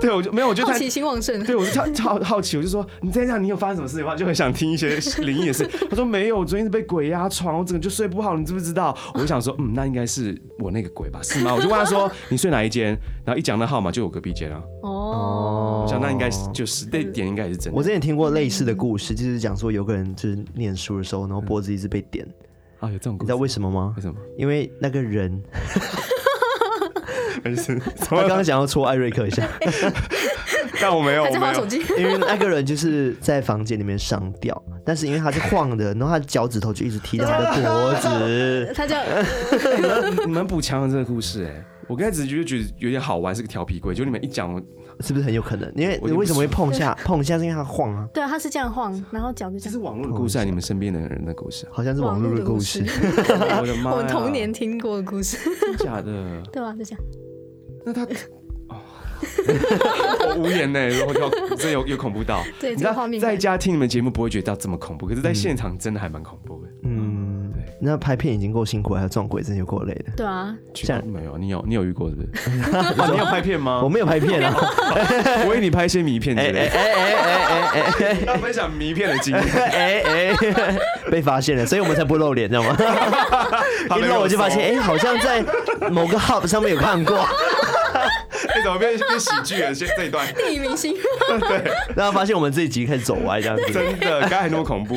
Speaker 3: 对，我就没有，我就
Speaker 1: 好
Speaker 3: 探
Speaker 1: 奇心旺盛。
Speaker 3: 对，我就超好好奇，我就说你在那，你有发生什么事的话，就很想听一些灵异的事。他说没有，我昨天是被鬼压床，我整个就睡不好，你知不知道？我就想说，嗯，那应该是我那个鬼吧，是吗？我就问 他说你睡哪一间，然后一讲那号码就有隔壁间啊，
Speaker 1: 哦，
Speaker 3: 我想那应该是就是那点应该也是真
Speaker 2: 哦我
Speaker 3: 的
Speaker 2: 之前听过类似的故事，就是讲说有个人就是念书的时候，然后脖子一直被点，
Speaker 3: 啊，有这种
Speaker 2: 你
Speaker 3: 故
Speaker 2: 知
Speaker 3: 事
Speaker 2: 道为什么吗
Speaker 3: 为？什么？
Speaker 2: 因为那个 人，
Speaker 3: 没事，怎
Speaker 2: 他
Speaker 3: 么
Speaker 2: 刚
Speaker 3: 了
Speaker 2: 刚想要戳艾瑞克一下，
Speaker 3: 但我没有，
Speaker 1: 还
Speaker 3: 我
Speaker 1: 在
Speaker 3: 哦没
Speaker 1: 划手
Speaker 3: 有。
Speaker 1: 机。
Speaker 2: 因为那个人就是在房间里面上吊，但是因为他是晃的，然后他的脚趾头就一直踢到他的脖 子，
Speaker 1: 他叫
Speaker 3: 你们补强了这个故事哎、我刚开始就觉得有点好玩，是个调皮鬼，就你们一讲我
Speaker 2: 是不是很有可能？因为
Speaker 3: 我
Speaker 2: 你
Speaker 3: 有点
Speaker 2: 为什么会碰一下？碰一下是因为他晃啊，
Speaker 1: 对啊，他是这样晃，然后脚就这
Speaker 3: 这是
Speaker 1: 样。
Speaker 3: 网络的故事，还啊是你们身边的人的故事啊？
Speaker 2: 好像是网络的故事。
Speaker 3: 我的哎妈呀！
Speaker 1: 我们童年听过的故事，
Speaker 3: 真假 的。
Speaker 1: 对啊吧？就这样。
Speaker 3: 那 他，哦，我无言呢，然后要真有有恐怖到。
Speaker 1: 对
Speaker 3: 你知
Speaker 1: 这个
Speaker 3: 道
Speaker 1: 画面感
Speaker 3: 在家听你们节目不会觉得到这么恐怖，可是在现场真的还蛮恐怖的。
Speaker 2: 嗯， 那拍片已经够辛苦了，还有撞鬼，真的有够累的。
Speaker 1: 对啊，
Speaker 3: 去吧
Speaker 2: 像
Speaker 3: 没有，你有你有遇过是不 是？啊你有拍片吗
Speaker 2: 我？没有拍片啊，
Speaker 3: 我以为你拍一些迷片 之
Speaker 2: 哎
Speaker 3: 类
Speaker 2: 哎
Speaker 3: 的，
Speaker 2: 哎哎哎哎哎
Speaker 3: 要分享迷片的 经验。
Speaker 2: 哎哎哎， 被发现了，所以我们才不露脸，知道 吗？一露我就发现，哎，好像在某个 hub 上面有看过。
Speaker 3: 哎，怎么变变喜剧了？这这一段
Speaker 1: 电影明星
Speaker 2: 然后发现我们这一集开始走歪这样子。
Speaker 3: 真的，刚才那么恐怖，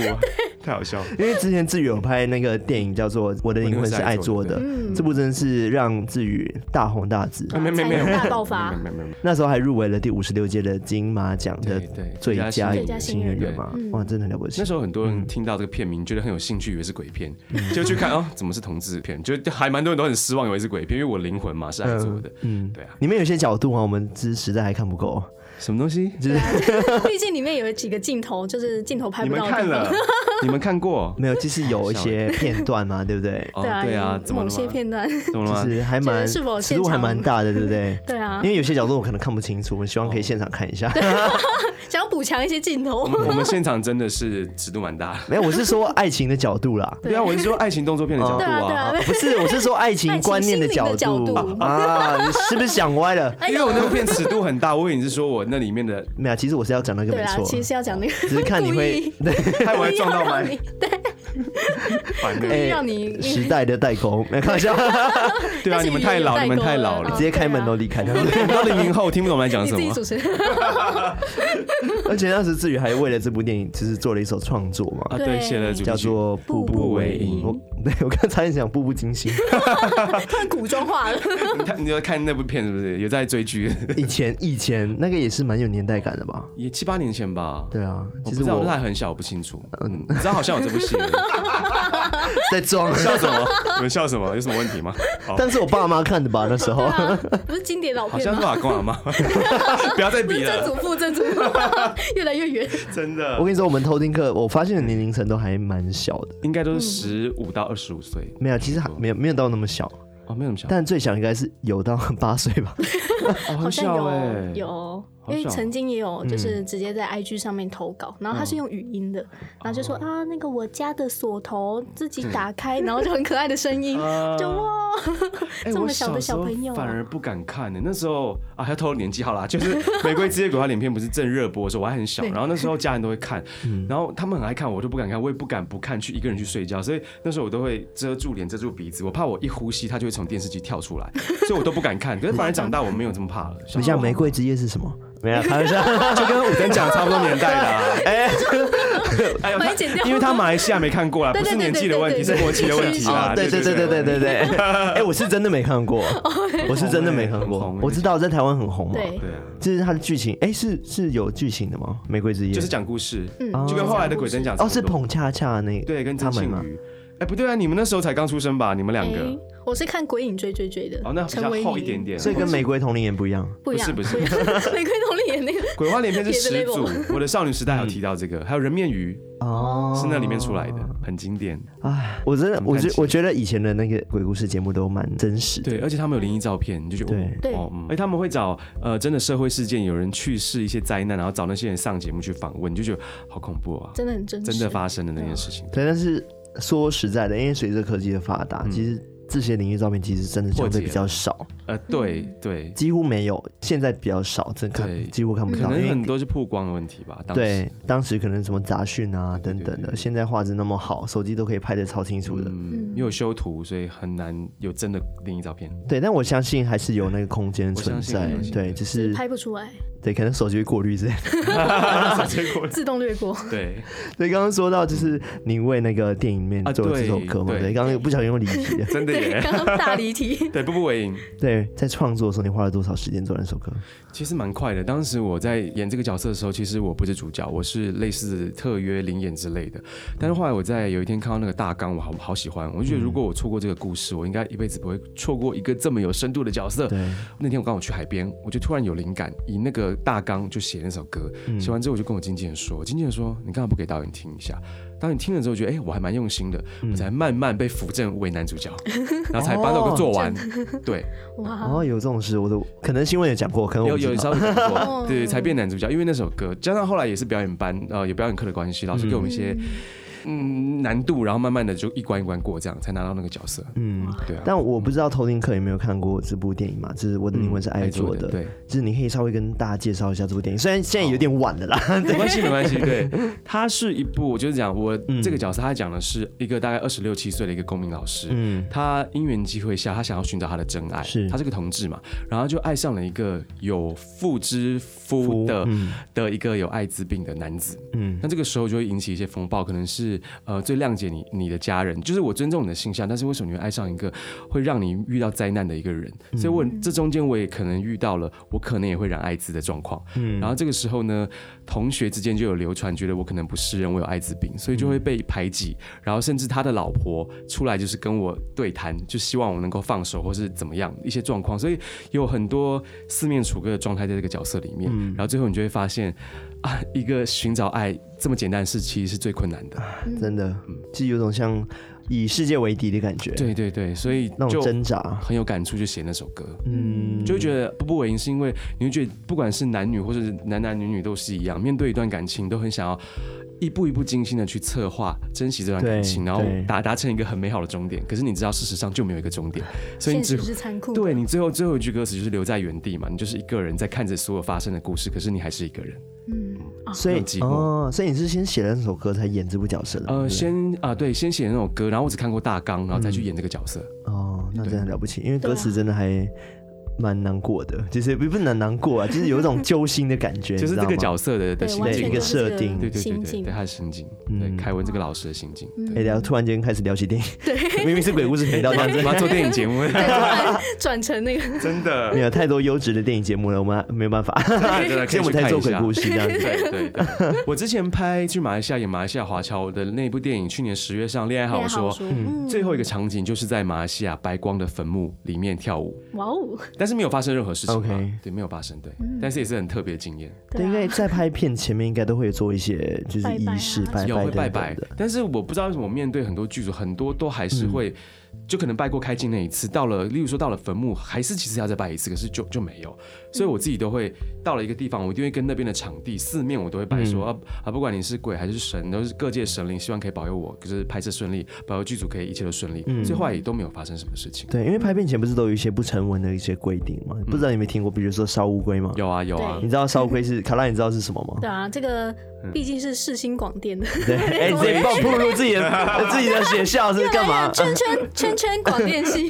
Speaker 3: 太好笑了。
Speaker 2: 因为之前志宇有拍那个电影叫做《我的灵魂是爱做的》，
Speaker 3: 嗯
Speaker 2: 这部真的是让志宇大红大紫。
Speaker 3: 啊没没没有
Speaker 1: 才大爆发
Speaker 3: 没有没有没有没有
Speaker 2: 那时候还入围了第五十六届的金马奖的
Speaker 3: 对对
Speaker 2: 最佳
Speaker 3: 最
Speaker 1: 佳
Speaker 2: 新
Speaker 1: 新
Speaker 2: 人
Speaker 1: 人
Speaker 2: 员嘛，
Speaker 1: 嗯
Speaker 2: 哇，真的很了不起
Speaker 3: 那。时候很多人听到这个片名，觉得很有兴趣，以为是鬼片，就去看哦，怎么是同志片？就就还蛮多人都很失望，以为是鬼片，因为我灵魂嘛是爱做的，
Speaker 2: 嗯，
Speaker 3: 对啊，
Speaker 2: 里面有些角度啊，我们只是实在还看不够。
Speaker 3: 什么东西？
Speaker 1: 毕竟里面有几个镜头，就是镜头拍
Speaker 3: 你
Speaker 1: 不
Speaker 3: 们
Speaker 1: 到的地
Speaker 3: 看
Speaker 1: 方。
Speaker 3: 了？你们看过？
Speaker 2: 没有，就是有一些 片段嘛，对不对？
Speaker 3: 哦，
Speaker 1: 对啊，
Speaker 3: 对啊，
Speaker 1: 有
Speaker 3: 怎么
Speaker 1: 某
Speaker 3: 了
Speaker 1: 些
Speaker 3: 吗？
Speaker 1: 片段，
Speaker 3: 怎么了
Speaker 2: 就
Speaker 3: 吗？
Speaker 2: 是还蛮
Speaker 1: 就是是否
Speaker 2: 尺
Speaker 1: 现
Speaker 2: 度
Speaker 1: 场
Speaker 2: 还蛮大的，对不对？
Speaker 1: 对啊哦
Speaker 2: 因，为有些角度我可能看不清楚，我希望可以现场看一下。
Speaker 1: 想要补强一些镜头。
Speaker 3: 我们我们现场真的是尺度蛮大的。
Speaker 2: 没有，我是说爱情的角度啦，
Speaker 3: 对啊，我是说爱情动作片的角度
Speaker 1: 对啊，对
Speaker 3: 啊。
Speaker 1: 啊，
Speaker 2: 不是，我是说 爱
Speaker 1: 爱
Speaker 2: 情
Speaker 1: 情
Speaker 2: 观念的
Speaker 1: 心灵
Speaker 2: 角
Speaker 1: 的
Speaker 2: 度
Speaker 1: 角度
Speaker 2: 啊，你是不是想歪了？
Speaker 1: 哎
Speaker 3: 因为我那部片尺度很大，我以为你是说我那里 面的，
Speaker 2: 没有，其实我是要讲那个
Speaker 1: 对
Speaker 2: 没
Speaker 1: 啊，
Speaker 2: 错，
Speaker 1: 其实是要讲那个，
Speaker 2: 只是看你 会 对
Speaker 3: 害我还撞到
Speaker 1: 让
Speaker 3: 麦
Speaker 1: 你，
Speaker 3: 反哎
Speaker 1: 故
Speaker 3: 正
Speaker 1: 意让你
Speaker 2: 时代的 代沟，没有开玩笑，
Speaker 1: 哦
Speaker 3: 对啊，
Speaker 1: 但是
Speaker 3: 你们太老，
Speaker 1: 语
Speaker 3: 你
Speaker 1: 言代沟
Speaker 3: 们太老
Speaker 1: 了
Speaker 3: 了
Speaker 2: 直。接开门都离开。
Speaker 1: 啊
Speaker 3: 我们到零零后听不懂我们在讲
Speaker 1: 你
Speaker 3: 什
Speaker 1: 自己
Speaker 3: 么，
Speaker 1: 主持人。
Speaker 2: 而且当时志宇还为了这部电影，就是做了一首创作嘛，
Speaker 3: 啊，对，
Speaker 1: 对
Speaker 3: 写了主题曲
Speaker 2: 叫做《步步为营》。我 对我刚才差点讲《步步惊心》，
Speaker 1: 古装化了，
Speaker 3: 你看，你要看那部片是不是？有在追剧，
Speaker 2: 以前以前那个也是蛮有年代感的吧？
Speaker 3: 也七八年前吧。
Speaker 2: 对啊，
Speaker 3: 我
Speaker 2: 其
Speaker 3: 不
Speaker 2: 实
Speaker 3: 知道，
Speaker 2: 我
Speaker 3: 我那还很小，我不清楚。嗯，你知道好像有这 部戏，
Speaker 2: 在装，
Speaker 3: 笑什么？你们笑什么？有什么问题吗？好，
Speaker 2: 但是我爸妈看的吧那时候。
Speaker 1: 不是经典老
Speaker 3: 好
Speaker 1: 片
Speaker 3: 像
Speaker 1: 吗
Speaker 3: 是？我阿公阿妈， 不要再
Speaker 1: 曾
Speaker 3: 比了，
Speaker 1: 祖父，曾祖 父，越来越远。
Speaker 3: 真
Speaker 2: 我
Speaker 3: 的，
Speaker 2: 跟你说，我们偷听课，我发现的年龄层都还蛮小的。
Speaker 3: 应该都是十五到二十五岁
Speaker 2: 没有，其实还没有没有到那么小，
Speaker 3: 哦，没有那么小，
Speaker 2: 但最小应该是有到 八岁吧。
Speaker 3: 哦
Speaker 1: 好
Speaker 3: 很
Speaker 1: 像
Speaker 3: 小哎，
Speaker 1: 有有，
Speaker 3: 好
Speaker 1: 因
Speaker 3: 嗯
Speaker 1: 为
Speaker 3: 小
Speaker 1: 曾经也有就是直接在 IG 上面投稿，然后他是用语音
Speaker 3: 嗯
Speaker 1: 的，然后就说啊那个我家的锁头自己打开， 然后就很可爱的声音，
Speaker 3: 嗯 啊
Speaker 1: 就哇，
Speaker 3: 哎
Speaker 1: 这
Speaker 3: 我
Speaker 1: 么小的
Speaker 3: 时候
Speaker 1: 小朋友啊
Speaker 3: 反而不敢看呢、那时候啊，要透露年纪好啦，就是《玫瑰之夜》鬼话影片不是正热播的时候，我还很小，然后那时候家人都会看，然后他们很爱看，我就不敢看，我也不敢不看去一个人去睡觉，所以那时候我都会遮住脸、遮住鼻子，我怕我一呼吸它就会从电视机跳出来，所以我都不敢看。可是反而长大我没有这么怕了，
Speaker 2: 你像《玫瑰之夜》是什么？没有，开玩 笑，
Speaker 3: 就跟我跟讲差不多年代啦、哎、哎呦
Speaker 1: 把你剪掉
Speaker 3: 因为他马来西亚没看过啦，
Speaker 1: 对
Speaker 3: 不
Speaker 1: 对
Speaker 3: 是
Speaker 1: 对
Speaker 3: 年纪
Speaker 1: 对
Speaker 3: 的
Speaker 1: 对
Speaker 3: 问题，
Speaker 1: 对
Speaker 3: 是
Speaker 1: 对
Speaker 3: 国籍的问题啦
Speaker 2: 啊，。对对对对对对对。哎，我是真的没看过，我是真的没看
Speaker 3: 很
Speaker 2: 过
Speaker 3: 红欸。
Speaker 2: 我知道在台湾很红嘛，
Speaker 1: 对，
Speaker 3: 对啊，
Speaker 2: 就是它的剧情，哎，是是有剧情的吗？《玫瑰之夜》
Speaker 3: 就是讲故事，
Speaker 1: 嗯
Speaker 2: 哦
Speaker 3: 就跟后来的鬼真讲差
Speaker 2: 哦，
Speaker 3: 不
Speaker 2: 是
Speaker 3: 多
Speaker 2: 彭恰恰那
Speaker 3: 对，跟
Speaker 2: 他
Speaker 3: 曾
Speaker 2: 们
Speaker 3: 庆
Speaker 2: 嘛。
Speaker 3: 瑜。哎，不对啊，你们那时候才刚出生吧？你们两
Speaker 1: 哎
Speaker 3: 个
Speaker 1: 我是看《鬼影追追追》的，
Speaker 3: 哦，那比
Speaker 1: 陈
Speaker 3: 较
Speaker 1: 伟
Speaker 3: 厚一
Speaker 1: 霆
Speaker 3: 点点。
Speaker 2: 所以跟《玫瑰同龄人》不一样。
Speaker 1: 不一样，
Speaker 3: 不是不
Speaker 1: 一 样玫瑰同里演那个，
Speaker 3: 鬼话连 篇是
Speaker 1: 铁的
Speaker 3: 始祖
Speaker 1: level，
Speaker 3: 我的少女时代
Speaker 2: 嗯
Speaker 3: 有提到这个，还有人面鱼
Speaker 2: 哦，
Speaker 3: 是那里面出来的，很经典。
Speaker 2: 哎，我真的，我觉
Speaker 3: 看起来
Speaker 2: 我觉得以前的那个鬼故事节目都蛮真实的。
Speaker 3: 对，而且他们有灵异照片，你就觉得哦
Speaker 1: 对
Speaker 3: 哦，嗯而且他们会找呃真的社会事件，有人去世一些灾难，然后找那些人上节目去访问，你就觉得好恐怖啊，
Speaker 1: 真的很真实，嗯
Speaker 3: 真的发生的那件事情。
Speaker 2: 对，但是说实在的，因为随着科技的发
Speaker 3: 嗯
Speaker 2: 达，其实这些灵异照片其实真的相对比较少，
Speaker 3: 呃，对
Speaker 1: 嗯
Speaker 3: 对，
Speaker 2: 几乎没有，现在比较少，真
Speaker 3: 对
Speaker 2: 看几乎看不
Speaker 3: 可
Speaker 2: 到，因
Speaker 3: 能很
Speaker 2: 为。
Speaker 3: 多是曝光的问题吧。当时
Speaker 2: 对，当时可能什么杂讯啊等等
Speaker 3: 对对
Speaker 2: 的，现在画质那么好，手机都可以拍得超清楚的。
Speaker 3: 嗯，因为有修图，所以很难有真的灵异照片。
Speaker 2: 对，但我相信还是有那个空间
Speaker 3: 我
Speaker 2: 存
Speaker 3: 相信
Speaker 2: 在
Speaker 3: 我相。信
Speaker 2: 对，只是
Speaker 1: 拍不出 来，
Speaker 2: 对，可能手机会过滤之类 的。
Speaker 3: 结果
Speaker 1: 自动略过，
Speaker 3: 对，
Speaker 2: 对，刚刚说到就是你为那个电影里面
Speaker 3: 啊
Speaker 2: 做了这首
Speaker 3: 对
Speaker 2: 歌嘛，
Speaker 3: 对
Speaker 2: 对，刚刚不小心用离题了。
Speaker 3: 真的
Speaker 1: 对，
Speaker 3: 耶。
Speaker 1: 刚刚大离题，
Speaker 3: 对，步步为营
Speaker 2: 对，在创作的时候你花了多少时间做那首歌？
Speaker 3: 其实蛮快的。当时我在演这个角色的时候，其实我不是主角，我是类似特约灵演之类的。但是后来我在有一天看到那个大纲，我好好喜欢，我就觉得如果我错过这个故事，我应该一辈子不会错过一个这么有深度的角色。
Speaker 2: 对，
Speaker 3: 那天我刚好去海边，我就突然有灵感，以那个大纲就写那首歌。写完之后，我就跟我经纪人说，经纪人说你干嘛不给导演听一下？导演听了之后觉得，哎、我还蛮用心的，我才慢慢被扶正为男主角，然后才把这首歌做完。对，
Speaker 2: 哦，
Speaker 1: 哇，
Speaker 2: 有这种事，我都可能新闻有讲过，可哦能我
Speaker 3: 有
Speaker 2: 不知
Speaker 3: 有
Speaker 2: 道
Speaker 3: 稍微讲过，对，才变男主角，因为那首歌加上后来也是表演班，呃，有表演课的关系，老师给我们一些。嗯难度，然后慢慢的就一关一关过，这样才拿到那个角色。
Speaker 2: 嗯，
Speaker 3: 对啊，
Speaker 2: 但我不知道头顶客有没有看过这部电影嘛？就是《我的灵魂是爱做的》
Speaker 3: 对，哦
Speaker 2: 就是你可以稍微跟大家介绍一下这部电影，虽然现在有点晚了啦。
Speaker 3: 没关系，没关系。对，它是一部，我就是讲我这个角色，他讲的是一个大概二十六七岁的一个公民老师，
Speaker 2: 嗯
Speaker 3: 他因缘机会下，他想要寻找他的真爱，
Speaker 2: 是
Speaker 3: 他是个同志嘛，然后就爱上了一个有妇之夫的的一个有艾滋病的男子，
Speaker 2: 嗯
Speaker 3: 那这个时候就会引起一些风暴，可能是呃最谅解你你的家人，就是我尊重你的性向，但是为什么你会爱上一个会让你遇到灾难的一个人？所以我这中间我也可能遇到了，我可能也会染艾滋的状况。
Speaker 2: 嗯
Speaker 3: 然后这个时候呢，同学之间就有流传，觉得我可能不是人，我有艾滋病，所以就会被排挤。然后甚至他的老婆出来就是跟我对谈，就希望我能够放手或是怎么样一些状况，所以有很多四面楚歌的状态在这个角色里
Speaker 2: 嗯
Speaker 3: 面。然后最后你就会发现，啊，一个寻找爱这么简单的事，其实是最困难的。
Speaker 2: 真的，就有种像以世界为敌的感觉，
Speaker 3: 对对对，所以
Speaker 2: 那种
Speaker 3: 就
Speaker 2: 挣扎。
Speaker 3: 很有感触，就写那首歌。
Speaker 2: 嗯，
Speaker 3: 就会觉得步步为营，是因为你会觉得不管是男女或者是男男女女都是一样，面对一段感情都很想要一步一步精心的去策划、珍惜这段感情，
Speaker 2: 对
Speaker 3: 然后
Speaker 2: 对
Speaker 3: 达达成一个很美好的终点。可是你知道，事实上就没有一个终点，所以你
Speaker 1: 现
Speaker 3: 只
Speaker 1: 实
Speaker 3: 会
Speaker 1: 是残酷的。
Speaker 3: 对你最后最后一句歌词就是留在原地嘛，你就是一个人在看着所有发生的故事，可是你还是一个人。
Speaker 1: 嗯，
Speaker 2: 所以
Speaker 3: 有寂寞
Speaker 2: 哦，所以你是先写了那首歌才演这部角色的吗，对
Speaker 3: 呃，
Speaker 2: 不对
Speaker 3: 先啊、对，先写那首歌，然后我只看过大纲，然后再去演这个角色。
Speaker 2: 哦，那真的了不起，因为歌词真的还蛮难过的，就是不不能难过啊，就是有一 种揪心的感觉，
Speaker 3: 就是这个
Speaker 2: 角。
Speaker 3: 角色的的
Speaker 1: 对，
Speaker 3: 心
Speaker 1: 完
Speaker 2: 对
Speaker 1: 全
Speaker 2: 一
Speaker 3: 境
Speaker 1: 就
Speaker 2: 个
Speaker 3: 嘛。
Speaker 1: 是这
Speaker 2: 设定
Speaker 3: 对对对
Speaker 1: 心
Speaker 3: 对，
Speaker 1: 境
Speaker 3: 对他的心境，
Speaker 2: 嗯
Speaker 3: 对凯文这个老师的心境，对，
Speaker 2: 哎、聊突然间开始聊起 电影， 对，明明是鬼故事频道，
Speaker 3: 我
Speaker 2: 但
Speaker 3: 们
Speaker 2: 是
Speaker 3: 要做电影节目，
Speaker 1: 对突然转成那个，
Speaker 3: 真 的
Speaker 2: 没有太多优质的电影节目了，我们啊没有办法，
Speaker 3: 啊对，
Speaker 2: 所以我们才做鬼故
Speaker 3: 事。
Speaker 2: 事这样 子。
Speaker 3: 对对对， 我之前拍去马来西亚演马来西亚华侨的那部电影，去年十月上《恋爱 好说》，
Speaker 1: 嗯，
Speaker 3: 最后一个场景就是在马来西亚白光的坟墓里面跳舞，
Speaker 1: 哇哦，
Speaker 3: 但是没有发生任何事情嘛
Speaker 2: OK
Speaker 3: 对，没有发生，对，但是也是很特别的经验，
Speaker 2: 对，
Speaker 1: 啊
Speaker 2: 啊应该在拍片前面应该都会做一些就是仪式拜啊
Speaker 1: 拜
Speaker 3: 有
Speaker 2: 拜
Speaker 3: 会
Speaker 2: 等
Speaker 3: 拜
Speaker 2: 等
Speaker 3: 拜
Speaker 2: 的，，
Speaker 3: 但是我不知道为什么面对很多剧组，很多都还是
Speaker 2: 嗯
Speaker 3: 会。就可能拜过开镜那一次，到了，例如说到了坟墓，还是其实要再拜一次，可是就就没有，所以我自己都会到了一个地方，我一定会跟那边的场地四面我都会拜
Speaker 2: 嗯
Speaker 3: 说、啊啊，不管你是鬼还是神，都是各界神灵，希望可以保佑我，就是拍摄顺利，保佑剧组可以一切都顺利，
Speaker 2: 嗯
Speaker 3: 所以后来也都没有发生什么事情。
Speaker 2: 对，因为拍片前不是都有一些不成文的一些规定嘛？不知道你有没有听过，比如说烧乌龟嘛？
Speaker 3: 嗯有啊有啊
Speaker 2: 你，知道烧乌龟是卡拉，你知道是什么吗？
Speaker 1: 对啊，这个
Speaker 3: 嗯
Speaker 1: 毕竟是世新广电的，
Speaker 2: 对，哎，你这暴暴露自己的 自己的学校是干嘛？
Speaker 1: 哎圈 圈圈圈广电系，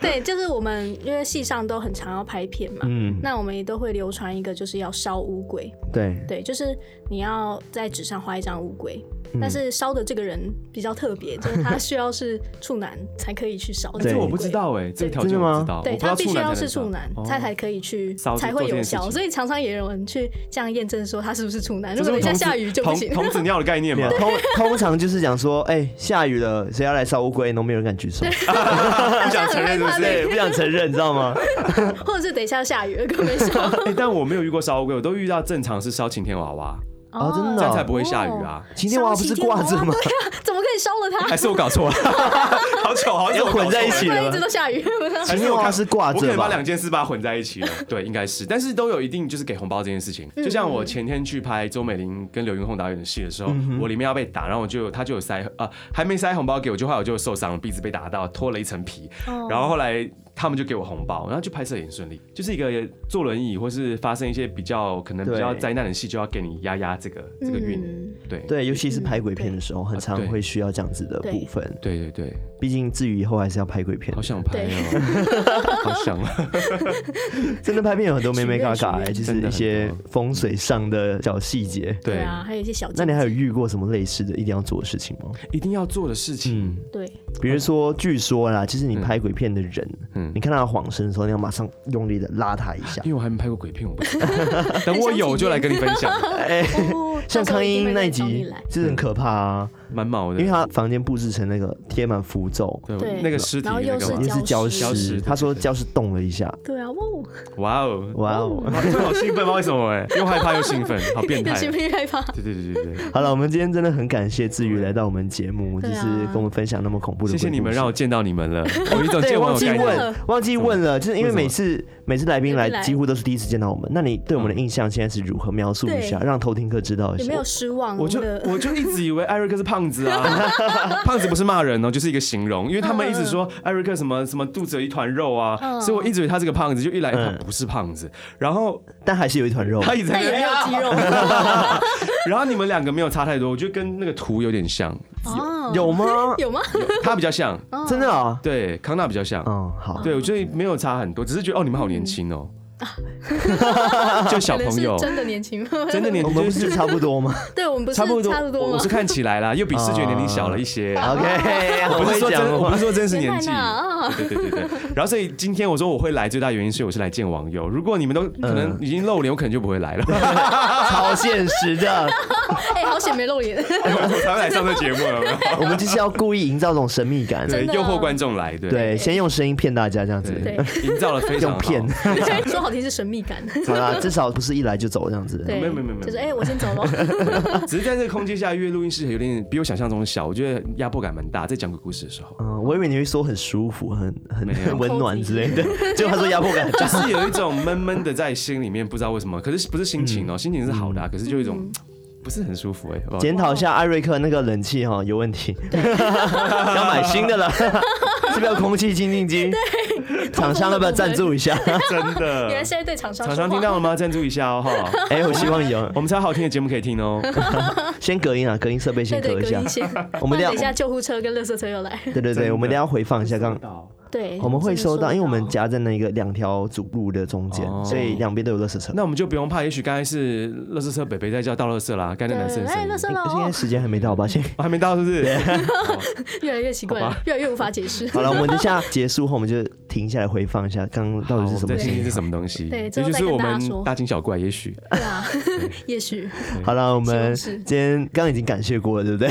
Speaker 1: 对，就是我们因为系上都很常要拍片嘛，
Speaker 2: 嗯，
Speaker 1: 那我们也都会流传一个就是要烧乌龟，
Speaker 2: 对，
Speaker 1: 对，就是你要在纸上画一张乌龟，
Speaker 2: 嗯
Speaker 1: 但是烧的这个人比较特别，就是他需要是处男才可以去烧，
Speaker 2: 对
Speaker 3: 这我不知。道哎、这个条件
Speaker 2: 真的吗
Speaker 3: 我不知道，我
Speaker 1: 对
Speaker 3: 不知道
Speaker 1: 他必须
Speaker 3: 才
Speaker 1: 要
Speaker 3: 能
Speaker 1: 是
Speaker 3: 烧
Speaker 1: 处男，
Speaker 3: 哦
Speaker 1: 他才可以去
Speaker 3: 烧
Speaker 1: 才会
Speaker 3: 做这
Speaker 1: 有
Speaker 3: 件事
Speaker 1: 效，
Speaker 3: 情
Speaker 1: 所以常常也有人去这样验证说他是不是处男。
Speaker 3: 这
Speaker 1: 如
Speaker 3: 是
Speaker 1: 果一下
Speaker 3: 童子
Speaker 1: 下雨就不
Speaker 3: 童
Speaker 1: 行，
Speaker 3: 童子尿的概念
Speaker 2: 没
Speaker 3: 嘛
Speaker 2: 有，，通通常就是讲说，哎、下雨了，谁要来烧乌龟？然后没有人敢举手，
Speaker 3: 不 想承认是不是？
Speaker 2: 对，不想承认，你知道 吗？
Speaker 1: 或者是等一下下雨了更没烧。
Speaker 3: 欸但我没有遇过烧乌龟，我都遇到正常是烧晴天娃娃，
Speaker 2: 哦真的
Speaker 3: 这
Speaker 2: 哦
Speaker 3: 样才不会下雨啊。
Speaker 2: 晴天娃娃不是挂着 吗？
Speaker 1: 怎么可以烧了它？
Speaker 3: 还是我搞错了， 好糗，好糗，
Speaker 2: 又混在一起
Speaker 1: 不然
Speaker 2: 了
Speaker 1: 一直
Speaker 2: 吗
Speaker 1: 都？下雨。
Speaker 3: 还
Speaker 2: 晴天娃娃是挂
Speaker 3: 我可
Speaker 2: 着
Speaker 3: 能把
Speaker 2: 吧？
Speaker 3: 两件事把它混在一起了，对，应该是，但是都有一定就是给红包这件事情。就像我前天去拍周美玲跟刘云宏导演的戏的时候，我里面要被打，然后我就他就有塞啊，还没塞红包给我，就后来我就受伤了，鼻子被打到脱了一层皮，然后后来他们就给我红包，然后就拍摄也很顺利，就是一个坐轮椅或是发生一些比较可能比较
Speaker 2: 对
Speaker 3: 灾难的戏，就要给你压压这个这个运，
Speaker 1: 嗯，
Speaker 3: 对。
Speaker 2: 对，尤其是拍鬼片的时候，很
Speaker 3: 啊
Speaker 2: 常会需要这样子的部分。
Speaker 3: 对对对，
Speaker 2: 毕竟至于以后还是要拍鬼片
Speaker 3: 好，想拍哦， 好想啊！
Speaker 2: 真的拍片有很多妹妹嘎嘎、
Speaker 1: 许愿
Speaker 2: 哎，就是
Speaker 3: 真的
Speaker 2: 一
Speaker 3: 很
Speaker 2: 些
Speaker 3: 多
Speaker 2: 风水上的小细节。
Speaker 1: 对啊，还有一些小。
Speaker 2: 那你还有遇过什么类似的一定要做的事情吗？
Speaker 3: 一定要做的事情，
Speaker 1: 对
Speaker 2: 比如说，据说啦，就是你拍鬼片的人，
Speaker 3: 嗯
Speaker 2: 你看到晃神的时候，你要马上用力的拉他一下
Speaker 3: 因。为我还没拍过鬼片，我不 知道。等我有就来跟你分享，
Speaker 1: 哦，
Speaker 2: 像康英那一
Speaker 1: 到时候一定会找你
Speaker 2: 集
Speaker 1: 来，
Speaker 2: 就是很可怕啊，
Speaker 3: 蛮毛的。
Speaker 2: 因为他房间布置成那个贴满符咒，
Speaker 1: 对
Speaker 3: 那个尸体
Speaker 1: 然后
Speaker 3: 那
Speaker 1: 又
Speaker 3: 个
Speaker 1: 是
Speaker 3: 嘛
Speaker 2: 也是
Speaker 1: 礁
Speaker 2: 礁
Speaker 1: 石
Speaker 3: 礁石
Speaker 2: 石，他说礁石动了一下，
Speaker 1: 对啊，哇哦，
Speaker 3: 哇哦，
Speaker 2: 哇哦！
Speaker 3: 哇真的好兴奋，不知道为什 么哎，又害怕又兴奋，好变态
Speaker 1: 有。些被害怕。
Speaker 3: 对对对对对，
Speaker 2: 好了，我们今天真的很感谢志宇来到我们节目，就
Speaker 1: 对啊
Speaker 2: 是跟我们分享那么恐怖的鬼
Speaker 3: 谢
Speaker 2: 故事。
Speaker 3: 谢你们让我见到你们了，有一种
Speaker 2: 对
Speaker 3: 见网
Speaker 2: 忘
Speaker 3: 友
Speaker 2: 记
Speaker 3: 概念。
Speaker 2: 问，忘记问了，就是因为每次每次来宾来
Speaker 1: 来宾来
Speaker 2: 几乎都是第一次见到我们，那你对我们的印象现在是如何？描述一下，
Speaker 1: 对
Speaker 2: 让偷听客知道一
Speaker 1: 有
Speaker 2: 下
Speaker 1: 没。有失望？
Speaker 3: 我就
Speaker 1: 们的
Speaker 3: 我就一直以为艾瑞克是胖胖子 啊，胖子不是骂人哦，就是一个形容，因为他们一直说艾瑞克什么什么肚子有一团肉啊，
Speaker 1: 嗯
Speaker 3: 所以我一直以为他是个胖子，就一来
Speaker 2: 嗯
Speaker 3: 他不是胖子，然后
Speaker 2: 但还是有一团肉。
Speaker 3: 他一直在
Speaker 1: 但
Speaker 3: 那
Speaker 1: 也没
Speaker 3: 边
Speaker 1: 哎有肌肉
Speaker 3: 然后你们两个没有差太多，我觉得跟那个图有点像，
Speaker 1: 哦，？
Speaker 2: 有吗
Speaker 1: 有吗？
Speaker 3: 他比较像，
Speaker 2: 真的啊、
Speaker 3: 对，康纳比较像，
Speaker 2: 哦？嗯，好，
Speaker 3: 对我觉得没有差很多，只是觉得哦，你们好年轻哦， 就小
Speaker 1: 可能
Speaker 3: 朋
Speaker 1: 是
Speaker 3: 友，
Speaker 1: 真的年轻，
Speaker 3: 真的年
Speaker 2: 我
Speaker 3: 轻
Speaker 2: 们不
Speaker 3: 就是
Speaker 2: 差不多 吗
Speaker 1: 对我们不是
Speaker 3: 差不多，
Speaker 1: 差得
Speaker 3: 我
Speaker 1: 多
Speaker 3: 我
Speaker 1: 吗
Speaker 3: 是？看起来啦，又比视觉年龄小了一些。
Speaker 2: ？OK，哦
Speaker 3: 我
Speaker 2: 我
Speaker 3: 不是
Speaker 2: 会
Speaker 3: 说真，
Speaker 2: 讲
Speaker 3: 我不
Speaker 2: 话
Speaker 3: 是说真实 年
Speaker 1: 原
Speaker 3: 纪
Speaker 1: 来。呢啊，
Speaker 3: 对对对对，对然后所以今天我说我会来，最大原因是我是来见网友。如果你们都可能已经露脸，我可能就不会来了，
Speaker 2: 超现实的，
Speaker 1: 哎，好险没露脸，
Speaker 3: 我才会来上这节目了。
Speaker 2: 我们就是要故意营造这种神秘感。
Speaker 3: 对，
Speaker 1: 真的
Speaker 3: 诱惑观众来，对
Speaker 2: 对，先用声音骗大家这样子。
Speaker 3: 对，营造了非常好
Speaker 2: 用骗
Speaker 1: 说好听是神秘感，
Speaker 2: 好啦，至少不是一来就走这样子。
Speaker 1: 对，
Speaker 3: 没有没有没有没有
Speaker 1: 就是哎，我先走 喽。
Speaker 3: 只是在这个空间下，因为录音室有点比我想象中小，我觉得压迫感蛮大。在讲鬼故事的时候，
Speaker 2: 嗯，我以为你会说很舒服、很
Speaker 3: 没
Speaker 2: 很
Speaker 3: 有
Speaker 2: 很 温暖之类的， 结果他说压迫感 很
Speaker 3: 就
Speaker 2: 大。
Speaker 3: 是有一种闷闷的在心里面，不知道为什么。可是不是心情
Speaker 2: 嗯
Speaker 3: 哦，心情是好的啊，可是就有一种
Speaker 1: 嗯
Speaker 3: 不是很舒服哎。好不好
Speaker 2: 检讨一下艾瑞克那个冷气哈有问 题，要买新的了，是不是要空气清净机？厂商要不要赞助 一下？
Speaker 3: 真
Speaker 1: 原来
Speaker 3: 的
Speaker 1: 是，在对厂商
Speaker 3: 厂
Speaker 1: 说
Speaker 3: 商
Speaker 1: 话
Speaker 3: 听到了吗？赞助一下 哦哈。
Speaker 2: 哎，我希望有，
Speaker 3: 我们才有好听的节目可以听哦。
Speaker 2: 先隔音啊，隔音设备
Speaker 1: 对
Speaker 2: 先
Speaker 1: 对，
Speaker 2: 隔
Speaker 1: 隔
Speaker 2: 一下
Speaker 1: 音。先，
Speaker 2: 我们
Speaker 1: 不然
Speaker 2: 等
Speaker 1: 等一
Speaker 2: 一下
Speaker 1: 下救护车跟垃圾车又来。
Speaker 2: 对对
Speaker 3: 真
Speaker 2: 对，
Speaker 3: 的
Speaker 2: 我们等一下回放一下，刚
Speaker 1: 对，
Speaker 2: 我们会收
Speaker 1: 真的
Speaker 2: 到，因为我们夹在那个两条主路的中间
Speaker 3: 哦，
Speaker 2: 所以两边都有垃圾车。
Speaker 3: 那我们就不用怕，也许刚才是垃圾车北北在叫倒垃圾啦，刚才
Speaker 1: 对，
Speaker 3: 那男生的声
Speaker 1: 哎，
Speaker 3: 音
Speaker 1: 垃圾
Speaker 2: 哎应该
Speaker 1: 了，
Speaker 2: 时间还没到 吧？先
Speaker 3: 哦还没到是不是？
Speaker 1: 越来越奇怪
Speaker 3: 好
Speaker 1: 了
Speaker 3: 吧，
Speaker 1: 越来越无法解释。
Speaker 2: 好了，我们等一下结束后，我们就停下来回放一下刚刚到底是什
Speaker 3: 好
Speaker 2: 么啊
Speaker 3: 我在
Speaker 2: 事
Speaker 3: 心里
Speaker 2: 情
Speaker 3: 是。什么东西？
Speaker 1: 对
Speaker 3: 这
Speaker 1: 之后
Speaker 3: 就
Speaker 1: 再
Speaker 3: 是我
Speaker 1: 跟大家
Speaker 3: 们
Speaker 1: 说
Speaker 3: 大惊小怪，也许
Speaker 1: 对啊， 也许
Speaker 2: 好了，我们
Speaker 1: 是
Speaker 2: 今天刚刚已经感谢过了，对不对？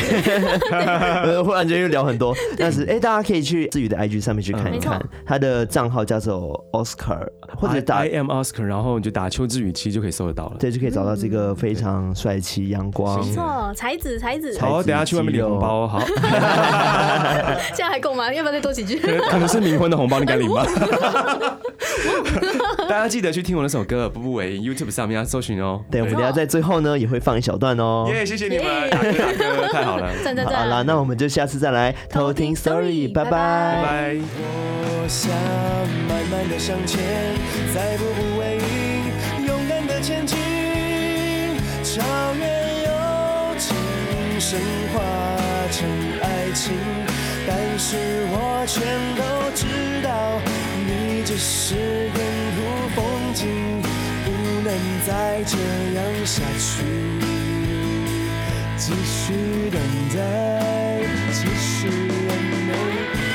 Speaker 2: 呃 忽然间又聊很多，但是哎、大家可以去自宇的 IG 上面去看一看
Speaker 1: 嗯没，
Speaker 2: 他的账号叫做 Oscar，或者
Speaker 3: I-
Speaker 2: 打
Speaker 3: I am Oscar，然后你就打秋之语期就可以搜得到了。
Speaker 2: 对就可以找到这个非常帅气、阳光
Speaker 1: 嗯没。错，才子才子，
Speaker 2: 才
Speaker 3: 好，哦等一下去外面领红包，哦好，可
Speaker 1: 这样还够吗？要不要再多几 句？
Speaker 3: 能可能是冥婚的红包，你敢领吗？ 大家记得去听我那首歌《步步为营》，YouTube 上面要搜寻哦。
Speaker 2: 对，我们等一下在最后呢也会放一小段哦。
Speaker 3: 耶，谢谢你们，
Speaker 1: 耶
Speaker 3: 打歌打歌，太好了，
Speaker 1: 赞赞
Speaker 2: 好
Speaker 1: 赞！
Speaker 2: 啦，那我们就下次再来偷听 story，拜
Speaker 1: 拜
Speaker 2: 拜
Speaker 3: 拜。拜。
Speaker 5: 我想慢慢的向前，再步步为营，勇敢的前进，超越友情，升华成爱情。但是我全都知道，你只是沿途风景，不能再这样下去。继续等待，继续完美。